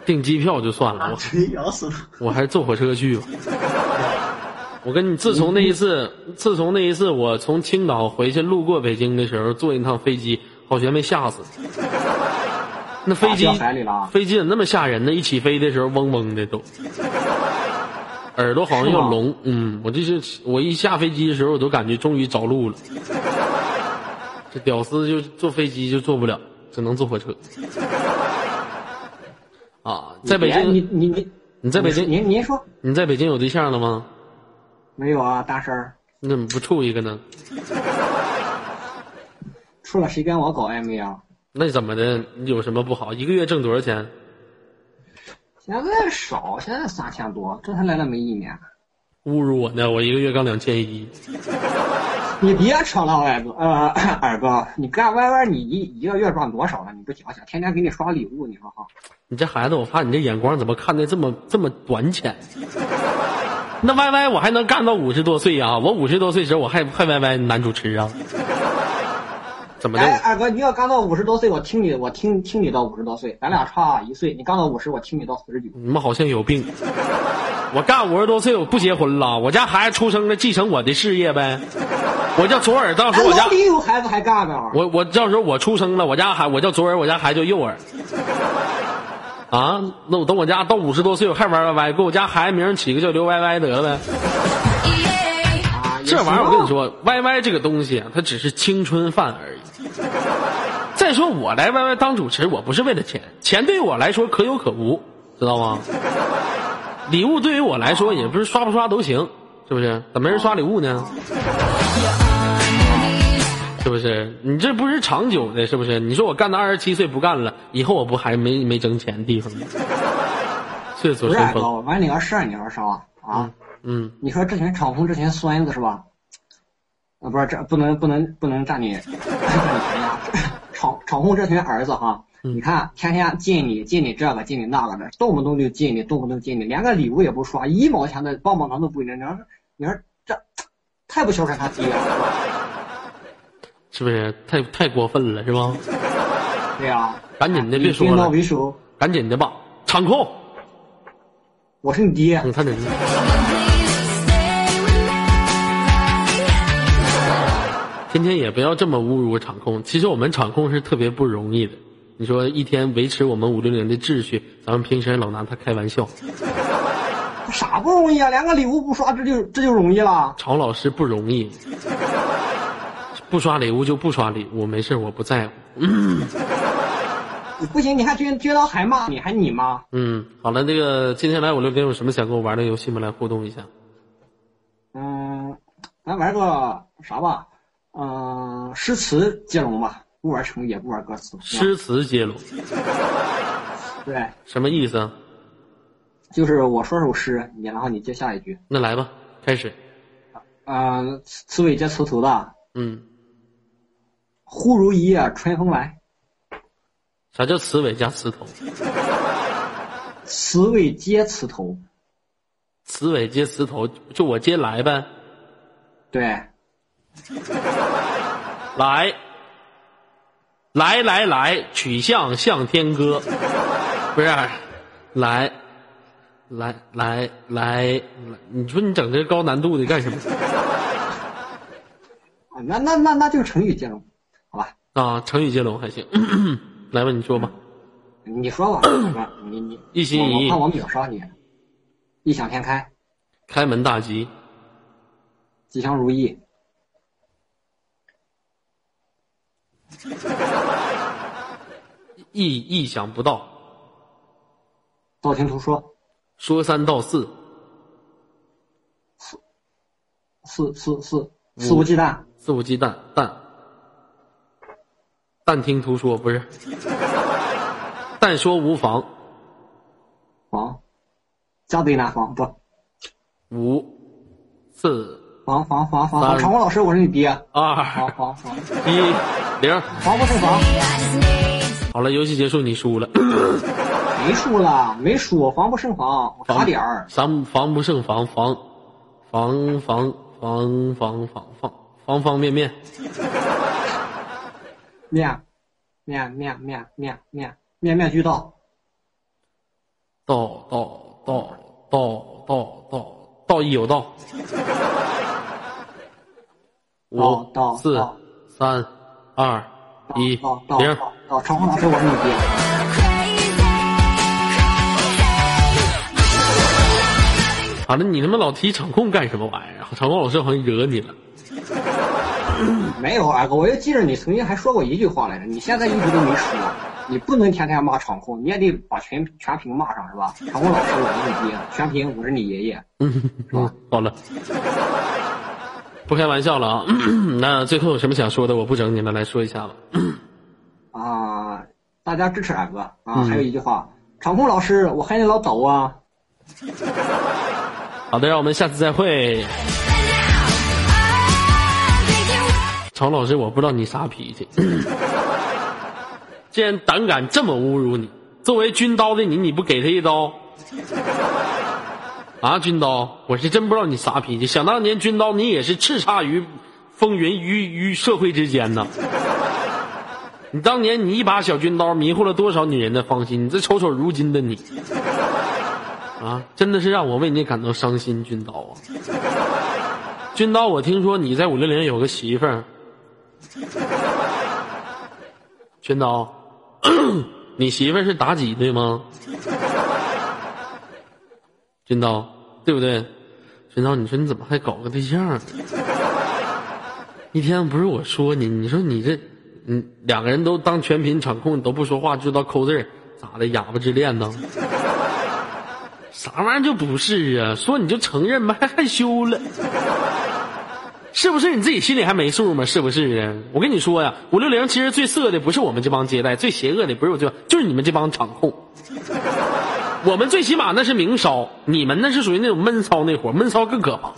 Speaker 1: 订机票就算了，
Speaker 5: 真咬死他！
Speaker 1: 我我还是坐火车去吧。我跟你，自从那一次，自从那一次我从青岛回去路过北京的时候，坐一趟飞机，好悬没吓死。那飞机
Speaker 5: 掉海里了啊
Speaker 1: 飞机怎么那么吓人呢？一起飞的时候嗡嗡的 都，耳朵好像要聋。嗯，我这是我一下飞机的时候，我都感觉终于着 陆了。这屌丝就坐飞机就坐不了，只能坐火 车。啊，在北京
Speaker 5: 哎你你你
Speaker 1: 你在北京
Speaker 5: 您您说
Speaker 1: 你在北京有对象了吗？
Speaker 5: 没有啊？大声儿，
Speaker 1: 你怎么不处一个呢？
Speaker 5: 除了谁跟我搞暧昧啊？
Speaker 1: 那怎么的？你有什么不好？一个月挣多少钱？
Speaker 5: 现现在少，现在三千多，这才来了没一年。
Speaker 1: 侮辱我呢！我一个月刚两千一，
Speaker 5: 你别扯了，外哥，呃，二哥，你干 YY 你一一个月赚多少了？你不想想，天天给你刷礼物，你说哈？
Speaker 1: 你这孩子，我怕你这眼光怎么看的这么这么短浅？那 Y Y 我还能干到五十多岁呀、我五十多岁时候我还还 Y Y 男主持啊？怎么
Speaker 5: 哎，
Speaker 1: 的？
Speaker 5: 二哥，你要干到五十多岁，我听你，我听听你到五十多岁，咱俩差一岁，你干到五十，我听你到四十九。
Speaker 1: 你们好像有病！我干五十多岁我不结婚了，我家孩子出生了继承我的事业呗。我叫左耳，到时
Speaker 5: 俺
Speaker 1: 候嗯我家
Speaker 5: 老李哎有孩子还干呢，
Speaker 1: 我我到时候我出生了，我家孩我叫左耳，我家孩子叫右耳。啊，那我等我家到五十多岁，我还玩 Y Y，给我家孩子名儿起个叫刘 Y Y 得了呗。
Speaker 5: 啊，也
Speaker 1: 这玩意儿
Speaker 5: 行
Speaker 1: 我跟你，说，Y Y 这个东西，啊它只是青春饭而 已。再说我来 Y Y 当主持，我不是为了钱，钱对我来说可有可无，知道吗？礼物对于我来说也不是刷不刷都行，是不是？怎么没人刷礼物呢？是不是？你这不是长久的，是不是？你说我干到二十七岁不干了，以后我不还没没挣钱的地 方吗？岁
Speaker 5: 不
Speaker 1: 所
Speaker 5: 是啊
Speaker 1: 生
Speaker 5: 二哥，
Speaker 1: 风，
Speaker 5: 我问你个事儿，你说啥啊？啊，
Speaker 1: 嗯，
Speaker 5: 你说这群场风，这群孙子是吧？啊，不是，这不能不能不能占你 占你便宜啊！这场场控这群儿子哈，
Speaker 1: 嗯
Speaker 5: 你看天天进你进你这个进你那个的，动不动就进你，动不动进你，连个礼物也不刷，一毛钱的棒棒糖都不给你。你说你说这太不孝顺他爹了，是吧？
Speaker 1: 是不是？太太过分了，是吧？
Speaker 5: 对呀、啊，
Speaker 1: 赶紧的，别说
Speaker 5: 你到
Speaker 1: 了。
Speaker 5: 为首，
Speaker 1: 赶紧的吧，场控，嗯
Speaker 5: 我是你爹。
Speaker 1: 你看人家，天天也不要这么侮辱场控。其实我们场控是特别不容易的。你说一天维持我们五六零的秩序，咱们平时老拿他开玩笑，
Speaker 5: 啥不容易啊？连个礼物不刷，这就这就容易了。
Speaker 1: 曹老师不容易，不刷礼物就不刷礼物，没事我不在乎。
Speaker 5: 你不行，你还追追到还骂你，还你妈？
Speaker 1: 嗯，好了，那个接下来五六零有什么想跟我玩的游戏吗？来互动一下。
Speaker 5: 嗯，咱玩个啥吧？嗯，诗词接龙吧，不玩成语，也不玩歌词。
Speaker 1: 诗词接龙
Speaker 5: 对，
Speaker 1: 什么意思啊？
Speaker 5: 就是我说首诗，你然后你接下一句。
Speaker 1: 那来吧，开始。
Speaker 5: 嗯，此此尾接词头的，
Speaker 1: 嗯，
Speaker 5: 忽如一夜春风来，
Speaker 1: 啥叫词尾加词头？
Speaker 5: 词尾接词头。
Speaker 1: 词尾接词头，就我接来呗，
Speaker 5: 对，
Speaker 1: 来，来来来，曲项向天歌，不是，来，来来来来，你说你整这高难度的干什么
Speaker 5: 啊那那那那就是成语接龙，好吧？
Speaker 1: 啊？成语接龙还行， 来吧，你说吧，
Speaker 5: 你说 吧，大哥，你你
Speaker 1: 一心一
Speaker 5: 我
Speaker 1: 意
Speaker 5: 我怕我秒杀你。异想天开，
Speaker 1: 开门大吉，
Speaker 5: 吉祥如意。
Speaker 1: 意意想不到，
Speaker 5: 道听途说，
Speaker 1: 说三道四，
Speaker 5: 肆肆肆肆
Speaker 1: 嗯
Speaker 5: 无忌惮，
Speaker 1: 肆无忌惮，蛋，但听途说不是， 但说无妨，
Speaker 5: 防，家贼难防，不
Speaker 1: 五，四。
Speaker 5: 防防防
Speaker 1: 防
Speaker 5: 防防。常务老师，我是你爹，
Speaker 1: 二
Speaker 5: 防防防
Speaker 1: 一零，
Speaker 5: 防不胜防，
Speaker 1: 好了，游戏结束，你 输了，
Speaker 5: 没输了，没输，防不胜防，我差点儿。
Speaker 1: 防防不胜防，防防防防防防防方方面面，
Speaker 5: 面面面面面面面面俱到，
Speaker 1: 道道道道道道道义有道。
Speaker 5: 道
Speaker 1: 五
Speaker 5: 道
Speaker 1: 四
Speaker 5: 道
Speaker 1: 三二一
Speaker 5: 到到
Speaker 1: 零，
Speaker 5: 到到，常务老师，我是你爹。
Speaker 1: 好了，你他妈老提场控干什么玩意儿？啊场控老师好像惹你了。
Speaker 5: 没有二哥，我就记着你曾经还说过一句话来着，你现在一直都没说，你不能天天骂场控，你也得把全全屏骂上是吧？场控老师，我是你爹，全屏我是你爷爷， 是吧？
Speaker 1: 嗯好了，不开玩笑了啊。 那最后有什么想说的，我不整你了，来说一下吧。
Speaker 5: 啊，大家支持俺哥啊！
Speaker 1: 嗯
Speaker 5: 还有一句话，场控老师，我还得老抖啊。
Speaker 1: 好的，让我们下次再会。常老师，我不知道你啥脾气，竟然胆敢这么侮辱你！作为军刀的你，你不给他一刀？啊，军刀，我是真不知道你啥脾气。想当年，军刀你也是叱咤于风云于于社会之间呐。你当年你一把小军刀迷惑了多少女人的芳心？你再瞅瞅如今的你，啊，真的是让我为你感到伤心，军刀啊！军刀，我听说你在五六零有个媳妇儿，军刀， 你媳妇儿是妲己对吗？军刀，对不对？军刀，你说你怎么还搞个对象呢？一天不是我说你，你说你这，你两个人都当全频场控都不说话，就知道抠字儿，咋的？哑巴之恋呢？啥玩意儿就不是啊？说你就承认吧，还害羞了，是不是？你自己心里还没数吗？是不是啊？我跟你说呀、五六零其实最色的不是我们这帮接待，最邪恶的不是我这帮，就是你们这帮场控。我们最起码那是明烧，你们那是属于那种闷骚那伙，闷骚更可怕。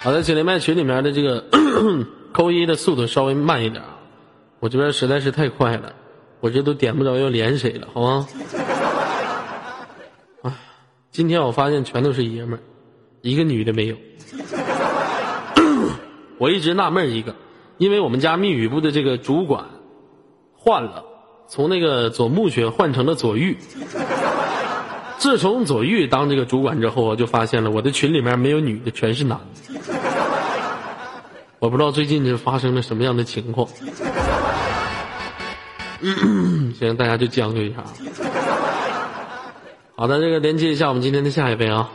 Speaker 1: 好的，九连麦群里面的这个 咳咳扣一的速度稍微慢一点啊，我这边实在是太快了，我这都点不着要连谁了，好吗？唉今天我发现全都是爷们儿，一个女的没有。 我一直纳闷儿一个，因为我们家密语部的这个主管换了，从那个左木学换成了左玉。自从左玉当这个主管之后，我就发现了我的群里面没有女的，全是男的。我不知道最近是发生了什么样的情况。嗯行，大家就将就一下啊。好的，这个连接一下我们今天的下一位啊。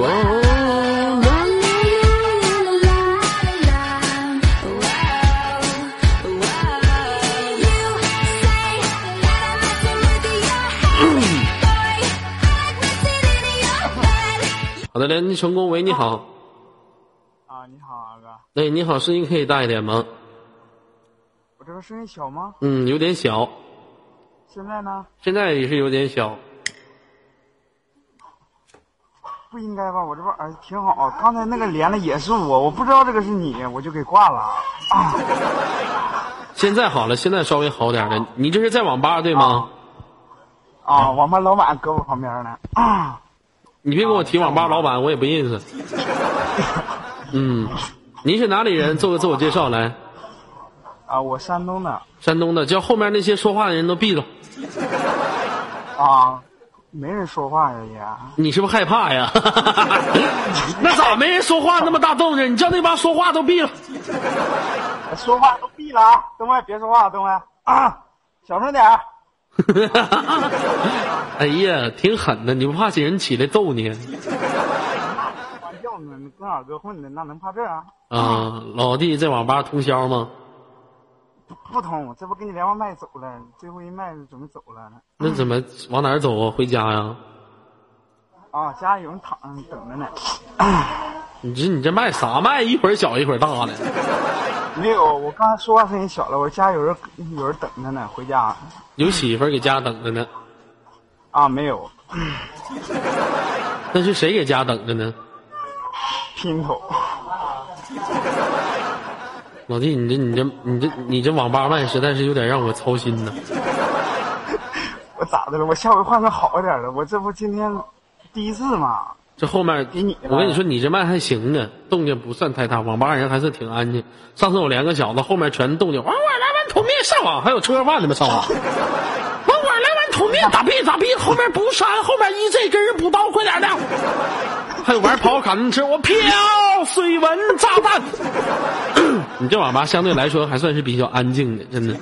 Speaker 1: 哇哦
Speaker 2: Wow.
Speaker 1: 好的，连接成功。喂，你好。
Speaker 6: 啊，你好，二哥，
Speaker 1: 哎，你好，声音可以大一点吗？
Speaker 6: 我这边声音小吗？
Speaker 1: 嗯，有点小，
Speaker 6: 现在呢？
Speaker 1: 现在也是有点小。
Speaker 6: 不应该吧？我这边耳机挺好，刚才那个连的也是我，我不知道这个是你，我就给挂了。啊，
Speaker 1: 现在好了，现在稍微好点了。你这是在网吧对吗？
Speaker 6: 啊，网吧老板搁我旁边呢。啊，
Speaker 1: 你别跟我提网吧老板，我也不认识。嗯，您是哪里人？做个自我介绍来。
Speaker 6: 啊，我山东的。
Speaker 1: 山东的，叫后面那些说话的人都闭了。
Speaker 6: 啊，没人说话呀也。
Speaker 1: 你是不是害怕呀？ 那咋没人说话那么大动静？你叫那帮说话都闭了。
Speaker 6: 说话都闭了啊，东辉别说话，东辉啊，小声点儿。
Speaker 1: 哎呀，挺狠的，你不怕人起来揍你
Speaker 6: 玩笑呢，你跟二哥混的，那能怕这啊？
Speaker 1: 啊？老弟在网吧通宵吗？
Speaker 6: 不不通，这不给你连完麦走了，最后一麦准备走了呢。
Speaker 1: 那怎么往哪儿走啊？回家呀、
Speaker 6: 啊，家里有人躺着等着呢。
Speaker 1: 你这你这麦啥麦？一会儿小一会儿大的。
Speaker 6: 没有，我刚才说话声音小了，我家有人有人等着呢，回家
Speaker 1: 有媳妇儿给家等着呢，
Speaker 6: 啊没有
Speaker 1: 那是谁给家等着呢？
Speaker 6: 姘头，
Speaker 1: 老弟，你这你这你这你这网吧麦实在是有点让我操心呐。
Speaker 6: 我咋的了？我下回换个好一点的，我这不今天第一次嘛，
Speaker 1: 这后面
Speaker 6: 给你了啊
Speaker 1: 我跟你说，你这麦还行呢，动静不算太大，网吧人还是挺安静。上次我连个小子，后面全动静，往我来碗桶面上网，还有吃饭的吗？上 网，往我来碗桶面咋地咋地，后面不删，后面 E 一这根儿不到，快点的。还有玩跑砍车，我飘水文炸 弹。你这网吧相对来说还算是比较安静的，真的。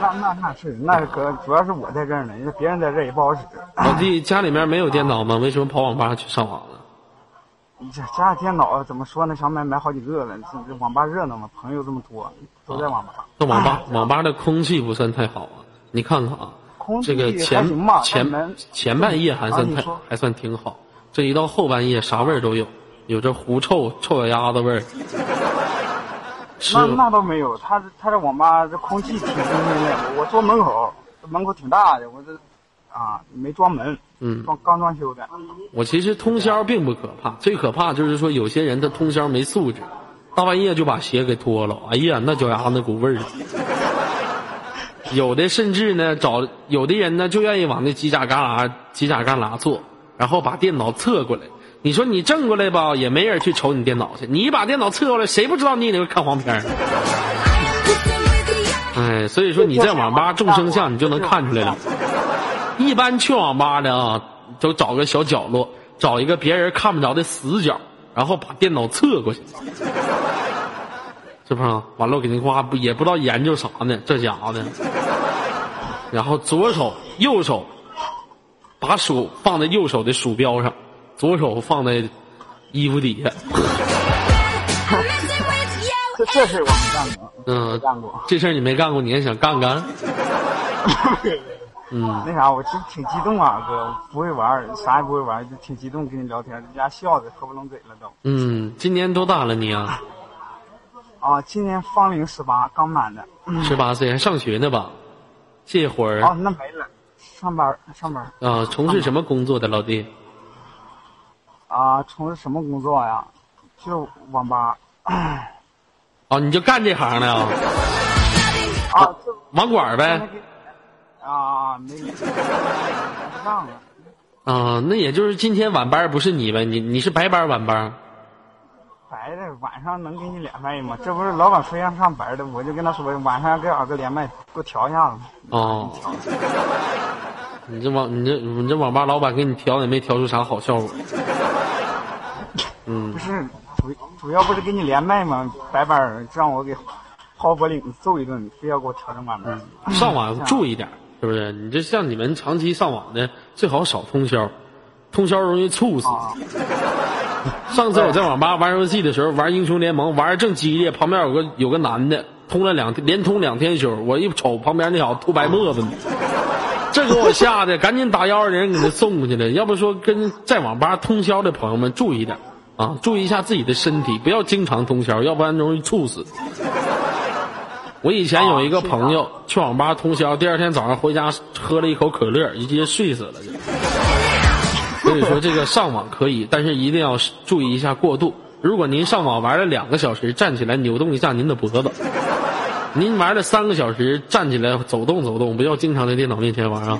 Speaker 6: 那那那是那可主要是我在这儿呢，因为别人在这儿也不好使。
Speaker 1: 老弟家里面没有电脑吗？为什么跑网吧去上网呢？
Speaker 6: 你这家里电脑怎么说呢？上面买好几个了，这这网吧热闹嘛，朋友这么多，都在网吧。
Speaker 1: 那网
Speaker 6: 哎
Speaker 1: 吧网吧的空气不算太好啊。你看看啊
Speaker 6: 空，气
Speaker 1: 这个
Speaker 6: 还
Speaker 1: 前
Speaker 6: 行吧但
Speaker 1: 前
Speaker 6: 门
Speaker 1: 前半夜还算
Speaker 6: 啊你
Speaker 1: 太
Speaker 6: 说
Speaker 1: 还算挺好，这一到后半夜啥味儿都有，有这狐臭、臭脚丫子味儿，是
Speaker 6: 那那倒没有，他这他这网吧这空气挺清新的。我我坐门口，这门口挺大的，我这啊没装门，
Speaker 1: 嗯
Speaker 6: 装刚装修的。
Speaker 1: 我其实通宵并不可怕，最可怕就是说有些人他通宵没素质，大半夜就把鞋给脱了，哎呀，那脚丫那股味儿。有的甚至呢找有的人呢就愿意往那犄角旮旯犄角旮旯坐，然后把电脑侧过来。你说你正过来吧，也没人去瞅你电脑去。你一把电脑侧过来，谁不知道你里边看黄片儿？哎，所以说你在网吧众生相，你就能看出来了。一般去网吧的啊，都找个小角落，找一个别人看不着的死角，然后把电脑侧过去，是不是啊？完了，我给您夸，不也不知道研究啥呢，这家伙的。然后左手、右手，把手放在右手的鼠标上，左手放在衣服底下。
Speaker 6: 这这事儿我 没干过，
Speaker 1: 嗯，
Speaker 6: 干过
Speaker 1: 这事儿你没干过，你也想干干？嗯，
Speaker 6: 那啥，我真挺激动啊，哥，不会玩儿，啥也不会玩儿，就挺激动，跟你聊天，人家笑的合不拢嘴了都。
Speaker 1: 嗯，今年多大了你啊？
Speaker 6: 啊，今年芳龄十八，刚满的。
Speaker 1: 十八岁还上学呢吧？这会儿
Speaker 6: 哦，
Speaker 1: 啊、
Speaker 6: 那没了，上班儿上班儿
Speaker 1: 从事什么工作的老弟？
Speaker 6: 啊，从事什么工作呀？就网吧
Speaker 1: 哦，你就干这行的啊？
Speaker 6: 啊，就
Speaker 1: 网管儿
Speaker 6: 那
Speaker 1: 呗？
Speaker 6: 个啊，没 没不上了。
Speaker 1: 啊、那也就是今天晚班儿不是你呗？你你是白班儿晚班儿？
Speaker 6: 白的晚上能给你连麦吗？这不是老板非让上白的，我就跟他说晚上给俺哥连麦，给我调一下子。
Speaker 1: 哦，你这网你这你这网吧老板给你调也没调出啥好效果。嗯
Speaker 6: 不，是主主要不是给你连麦吗？白班儿让我给薅脖领子揍一顿，非要给我调成晚班。
Speaker 1: 上网注意点儿，是不是？你这像你们长期上网的，最好少通宵，通宵容易猝死。
Speaker 6: 啊，
Speaker 1: 上次我在网吧玩游戏的时候，玩英雄联盟玩得正激烈，旁边有个有个男的通了两天连通两天宿，我一瞅旁边那小子吐白沫子呢，这给我吓得赶紧打幺二零给他送过去了。要不说跟在网吧通宵的朋友们注意点啊，注意一下自己的身体，不要经常通宵，要不然容易猝死。我以前有一个朋友去网吧通宵，第二天早上回家喝了一口可乐，直接睡死了就。所以说这个上网可以，但是一定要注意一下过度。如果您上网玩了两个小时，站起来扭动一下您的脖子；您玩了三个小时，站起来走动走动，不要经常在电脑面前玩啊。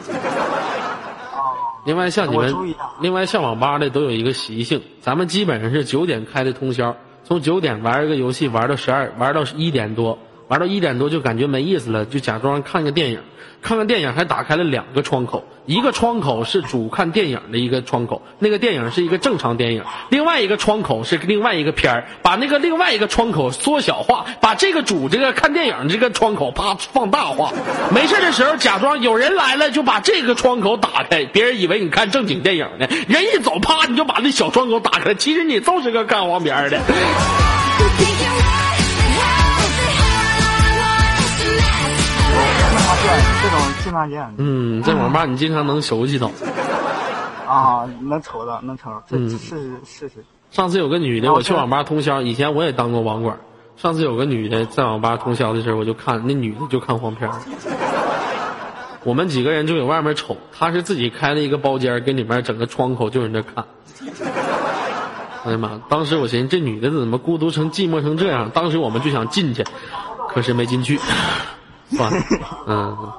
Speaker 1: 另外，像你
Speaker 6: 哦我
Speaker 1: 们
Speaker 6: 注意啊，
Speaker 1: 另外像网吧的都有一个习性，咱们基本上是九点开的通宵，从九点玩一个游戏玩到十二，玩到一点多，玩到一点多就感觉没意思了，就假装看个电影，看个电影还打开了两个窗口，一个窗口是主看电影的一个窗口，那个电影是一个正常电影，另外一个窗口是另外一个片儿，把那个另外一个窗口缩小化，把这个主这个看电影这个窗口啪放大化，没事的时候假装有人来了就把这个窗口打开，别人以为你看正经电影呢，人一走啪你就把那小窗口打开，其实你都是个干黄片儿的。
Speaker 6: 那啥对， 这种经常见
Speaker 1: 嗯，在网吧你经常能熟悉到。
Speaker 6: 啊，能瞅到，能瞅到，这
Speaker 1: 嗯
Speaker 6: 这试试试。
Speaker 1: 上次有个女的，
Speaker 6: 哦
Speaker 1: 我去
Speaker 6: 是
Speaker 1: 网吧通宵，以前我也当过网管。上次有个女的在网吧通宵的时候，我就看那女的就看黄片儿我们几个人就搁外面瞅，她是自己开了一个包间，跟里面整个窗口就在那看。哎呀妈！当时我寻思这女的怎么孤独成寂寞成这样？当时我们就想进去，可是没进去，算了，嗯。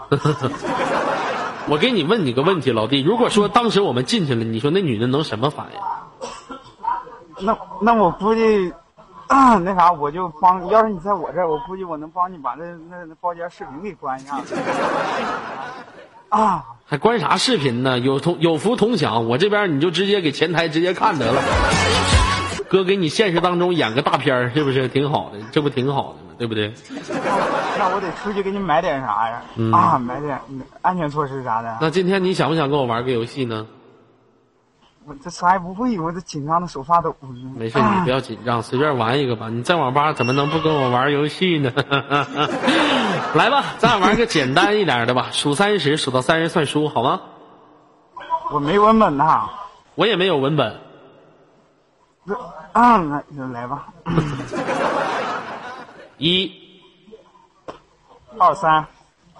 Speaker 1: 我给你问你个问题，老弟，如果说当时我们进去了，你说那女的能什么反应？
Speaker 6: 那那我估计， 啊那啥，我就帮。要是你在我这儿，我估计我能帮你把那那那包间视频给关一下子。 啊，
Speaker 1: 还关啥视频呢？有同有福同享，我这边你就直接给前台直接看得了。哥给你现实当中演个大片儿，是不是挺好的？这不挺好的吗？对不对？
Speaker 6: 那我得出去给你买点啥呀？
Speaker 1: 嗯
Speaker 6: 啊，买点安全措施啥的。
Speaker 1: 那今天你想不想跟我玩个游戏呢？
Speaker 6: 我这啥也不会，我这紧张的手发抖。
Speaker 1: 没事，
Speaker 6: 啊
Speaker 1: 你不要紧张，随便玩一个吧。你在网吧怎么能不跟我玩游戏呢？ 来吧，咱俩玩个简单一点的吧。数三十，数到三十算输，好吗？
Speaker 6: 我没文本呐。
Speaker 1: 我也没有文本，
Speaker 6: 那啊，那那来吧，
Speaker 1: 一，
Speaker 6: 二三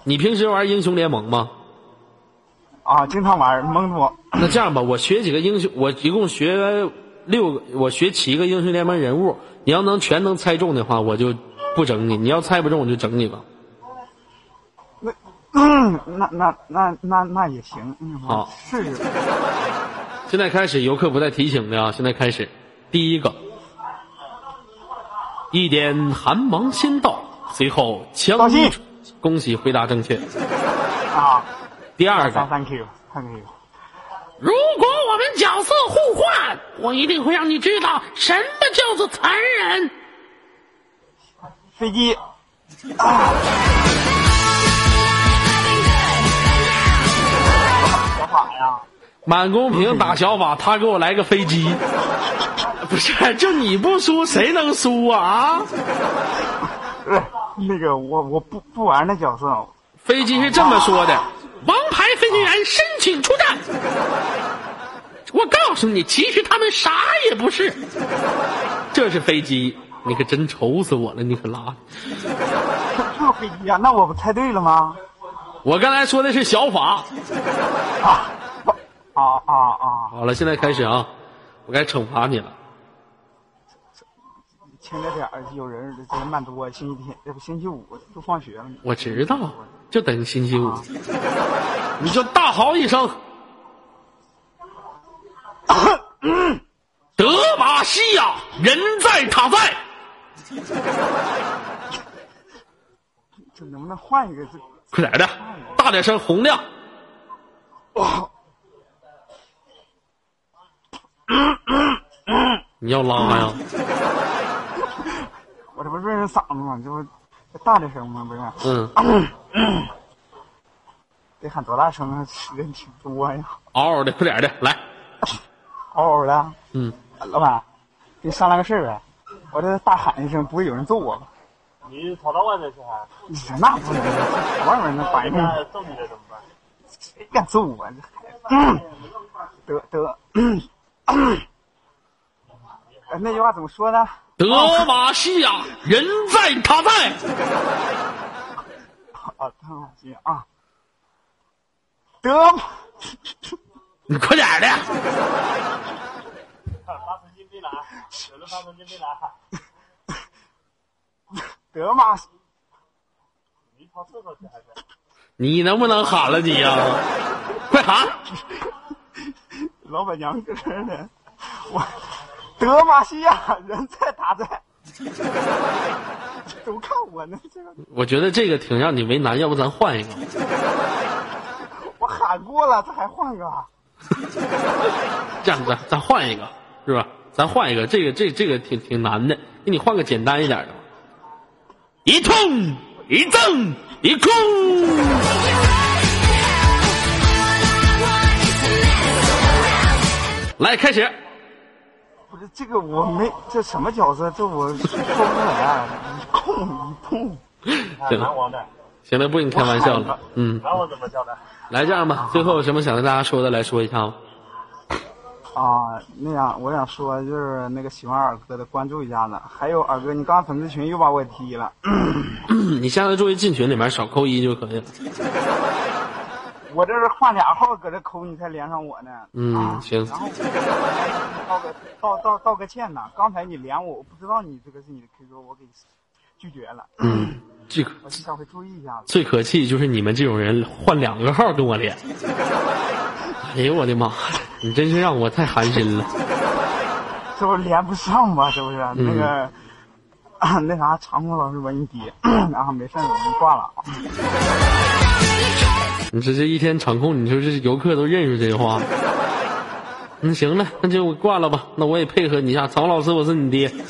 Speaker 1: 你平时玩英雄联盟吗？
Speaker 6: 啊，经常玩懵懂。
Speaker 1: 那这样吧，我学几个英雄，我一共学六个，我学七个英雄联盟人物。你要能全能猜中的话，我就不整你；你要猜不中，我就整你吧。
Speaker 6: 那嗯 那那那那那也行，嗯，我
Speaker 1: 好
Speaker 6: 试试。
Speaker 1: 现在开始，游客不带提醒的啊！现在开始，第一个，一点寒芒先到，随后强
Speaker 6: 老信
Speaker 1: 恭喜回答正确。
Speaker 6: 啊，
Speaker 1: 第二个，
Speaker 6: ，thank you，thank you。
Speaker 7: 如果我们角色互换，我一定会让你知道什么叫做残忍。
Speaker 6: 飞机，小法呀，
Speaker 1: 满公屏打小法，他给我来个飞机，不是，就你不输，谁能输啊？啊，
Speaker 6: 呃，那个我我不不玩那角色，
Speaker 1: 飞机是这么说的。
Speaker 7: 王牌飞行员申请出战。我告诉你，其实他们啥也不是。
Speaker 1: 这是飞机，你可真愁死我了！你可拉！
Speaker 6: 就是飞机啊，那我不猜对了吗？
Speaker 1: 我刚才说的是小法。
Speaker 6: 啊，不啊啊啊，
Speaker 1: 好了，现在开始啊，我该惩罚你了。
Speaker 6: 轻着点儿，有人人蛮多，星期天这不星期五都放学了，
Speaker 1: 我知道，就等星期五，你就大嚎一声，
Speaker 7: 德玛西亚人在塔在，
Speaker 6: 这能不能换一个？这
Speaker 1: 快点的，大点声，洪亮。你要拉呀？
Speaker 6: 我这不润润嗓子吗？这不这大点声吗？不是，
Speaker 1: 嗯，
Speaker 6: 得喊多大声啊？ 人挺多呀，
Speaker 1: 嗷嗷的，快点的，来，
Speaker 6: 嗷嗷的。呃
Speaker 1: 嗯，
Speaker 6: 老板，给你商量个事儿呗。我这大喊一声，不会有人揍我吧？
Speaker 8: 你跑到外面去还？
Speaker 6: 你说那不能，这外面那白目，
Speaker 8: 那揍你了怎么办？
Speaker 6: 谁敢揍我？这孩子， 得得， 哎那句话怎么说的？
Speaker 1: 德玛西亚人在塔在。
Speaker 6: 啊，太好心啊！得，
Speaker 1: 你快点的，
Speaker 8: 发神经病了啊！有人发神经病了啊！
Speaker 6: 得嘛，
Speaker 8: 你跑厕所去还是？
Speaker 1: 你能不能喊了你呀、快喊！
Speaker 6: 老板娘搁这儿呢，我德玛西亚人在打在，都看我呢，这个
Speaker 1: 我觉得这个挺让你为难，要不咱换一个？
Speaker 6: 我喊过了，他还换个
Speaker 1: 这样，咱咱换一个，是吧？咱换一个，这个这这个挺挺难的，给你换个简单一点的吧。
Speaker 7: 一痛一赠一空。
Speaker 1: 来，开始。
Speaker 6: 不是这个我没这什么角色，这我说不出来，啊一控一控，
Speaker 1: 行
Speaker 8: 南
Speaker 1: 了，
Speaker 8: 啊王的，
Speaker 1: 行了，不跟你开玩笑了。嗯，
Speaker 8: 南王怎么叫的？
Speaker 1: 来这样吧，最后有什么想跟大家说的，来说一下吧。哦
Speaker 6: 啊，那样我想说就是那个喜欢二哥的关注一下子，还有二哥，你刚才粉丝群又把我踢了。
Speaker 1: 嗯你下次注意进群里面少扣一就可以了。
Speaker 6: 我这是换俩号搁这抠，你才连上我呢。
Speaker 1: 嗯，行，
Speaker 6: 然后我道个道道道个歉呐，刚才你连我，我不知道你这个是你的 QQ，我给拒绝了，
Speaker 1: 嗯这个
Speaker 6: 我下回注意一下子。
Speaker 1: 最可气就是你们这种人换两个号跟我连。哎呦我的妈！你真是让我太寒心了。
Speaker 6: 这不连不上吗？是不是？
Speaker 1: 嗯
Speaker 6: 那个 啊，那啥，长空老师我你爹，啊，没事儿，我们挂了啊。
Speaker 1: 你这这一天场控，你说这游客都认识这话。嗯，行了，那就我挂了吧。那我也配合你一下，曹老师，我是你爹。
Speaker 2: If you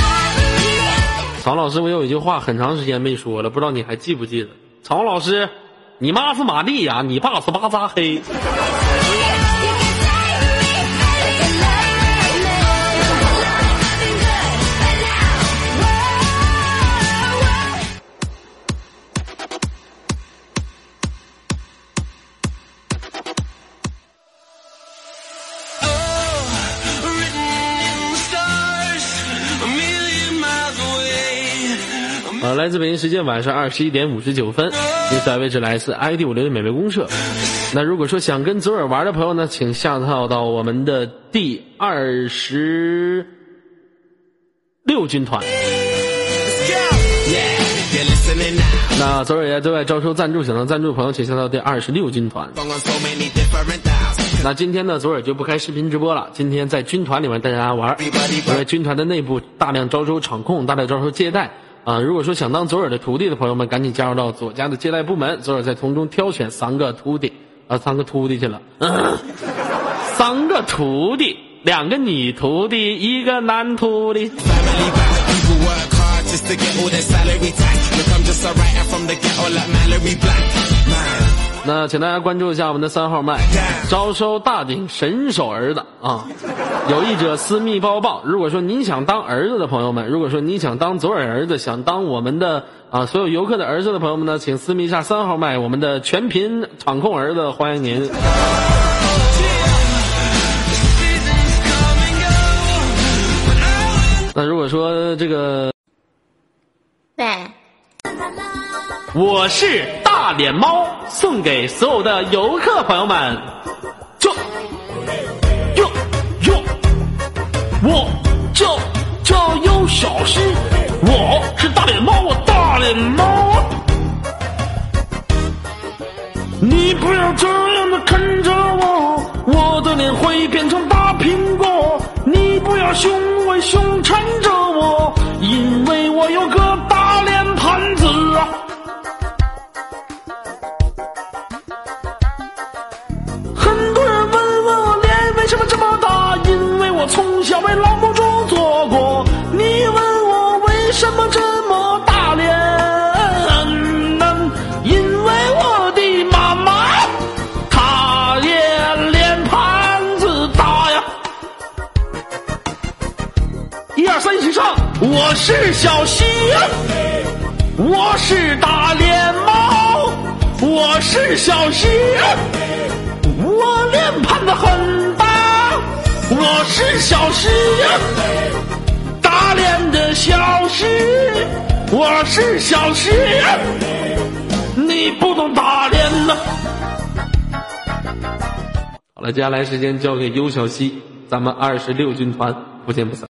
Speaker 2: love me,
Speaker 1: 曹老师，我有一句话很长时间没说了，不知道你还记不记得？曹老师，你妈是玛丽亚，你爸是巴扎黑。呃，来自北京时间晚上二十一点五十九分，您所在位置来自 ID 五零的美味公社。那如果说想跟左耳玩的朋友呢，请下套到我们的第二十六军团。那左耳也对外招收赞助，想要赞助的朋友，请下到第二十六军团。那今天呢，左耳就不开视频直播了。今天在军团里面带大家玩儿，因为军团的内部大量招收场控，大量招收接待啊、如果说想当左耳的徒弟的朋友们，赶紧加入到左家的接待部门，左耳在从中挑选三个徒弟啊，三个徒弟去了，三个徒弟，两个女徒弟，一个男徒弟。那请大家关注一下我们的三号麦，招收大顶神手儿子啊！有意者私密播报。如果说你想当儿子的朋友们，如果说你想当左耳儿子，想当我们的啊所有游客的儿子的朋友们呢，请私密一下三号麦，我们的全频场控儿子欢迎您。那如果说这个
Speaker 4: 对，
Speaker 1: 我是大脸猫，送给所有的游客朋友们。就就就，我就就有小心，我是大脸猫，我大脸猫。你不要这样的看着我，我的脸会变成大苹果。你不要凶我，凶缠着我，因为我有个大脸盘子啊。很多人问问我脸为什么这么大，因为我从小被老公公做过。你问我为什么这么大脸？因为我的妈妈，她也脸盘子大呀。一二三，一起上！我是小西呀，我是大脸猫，我是小西呀。我脸盘子很大，我是小西，打脸的小西，我是小西，你不懂打脸呐。好了，接下来时间交给优小西，咱们二十六军团不见不散。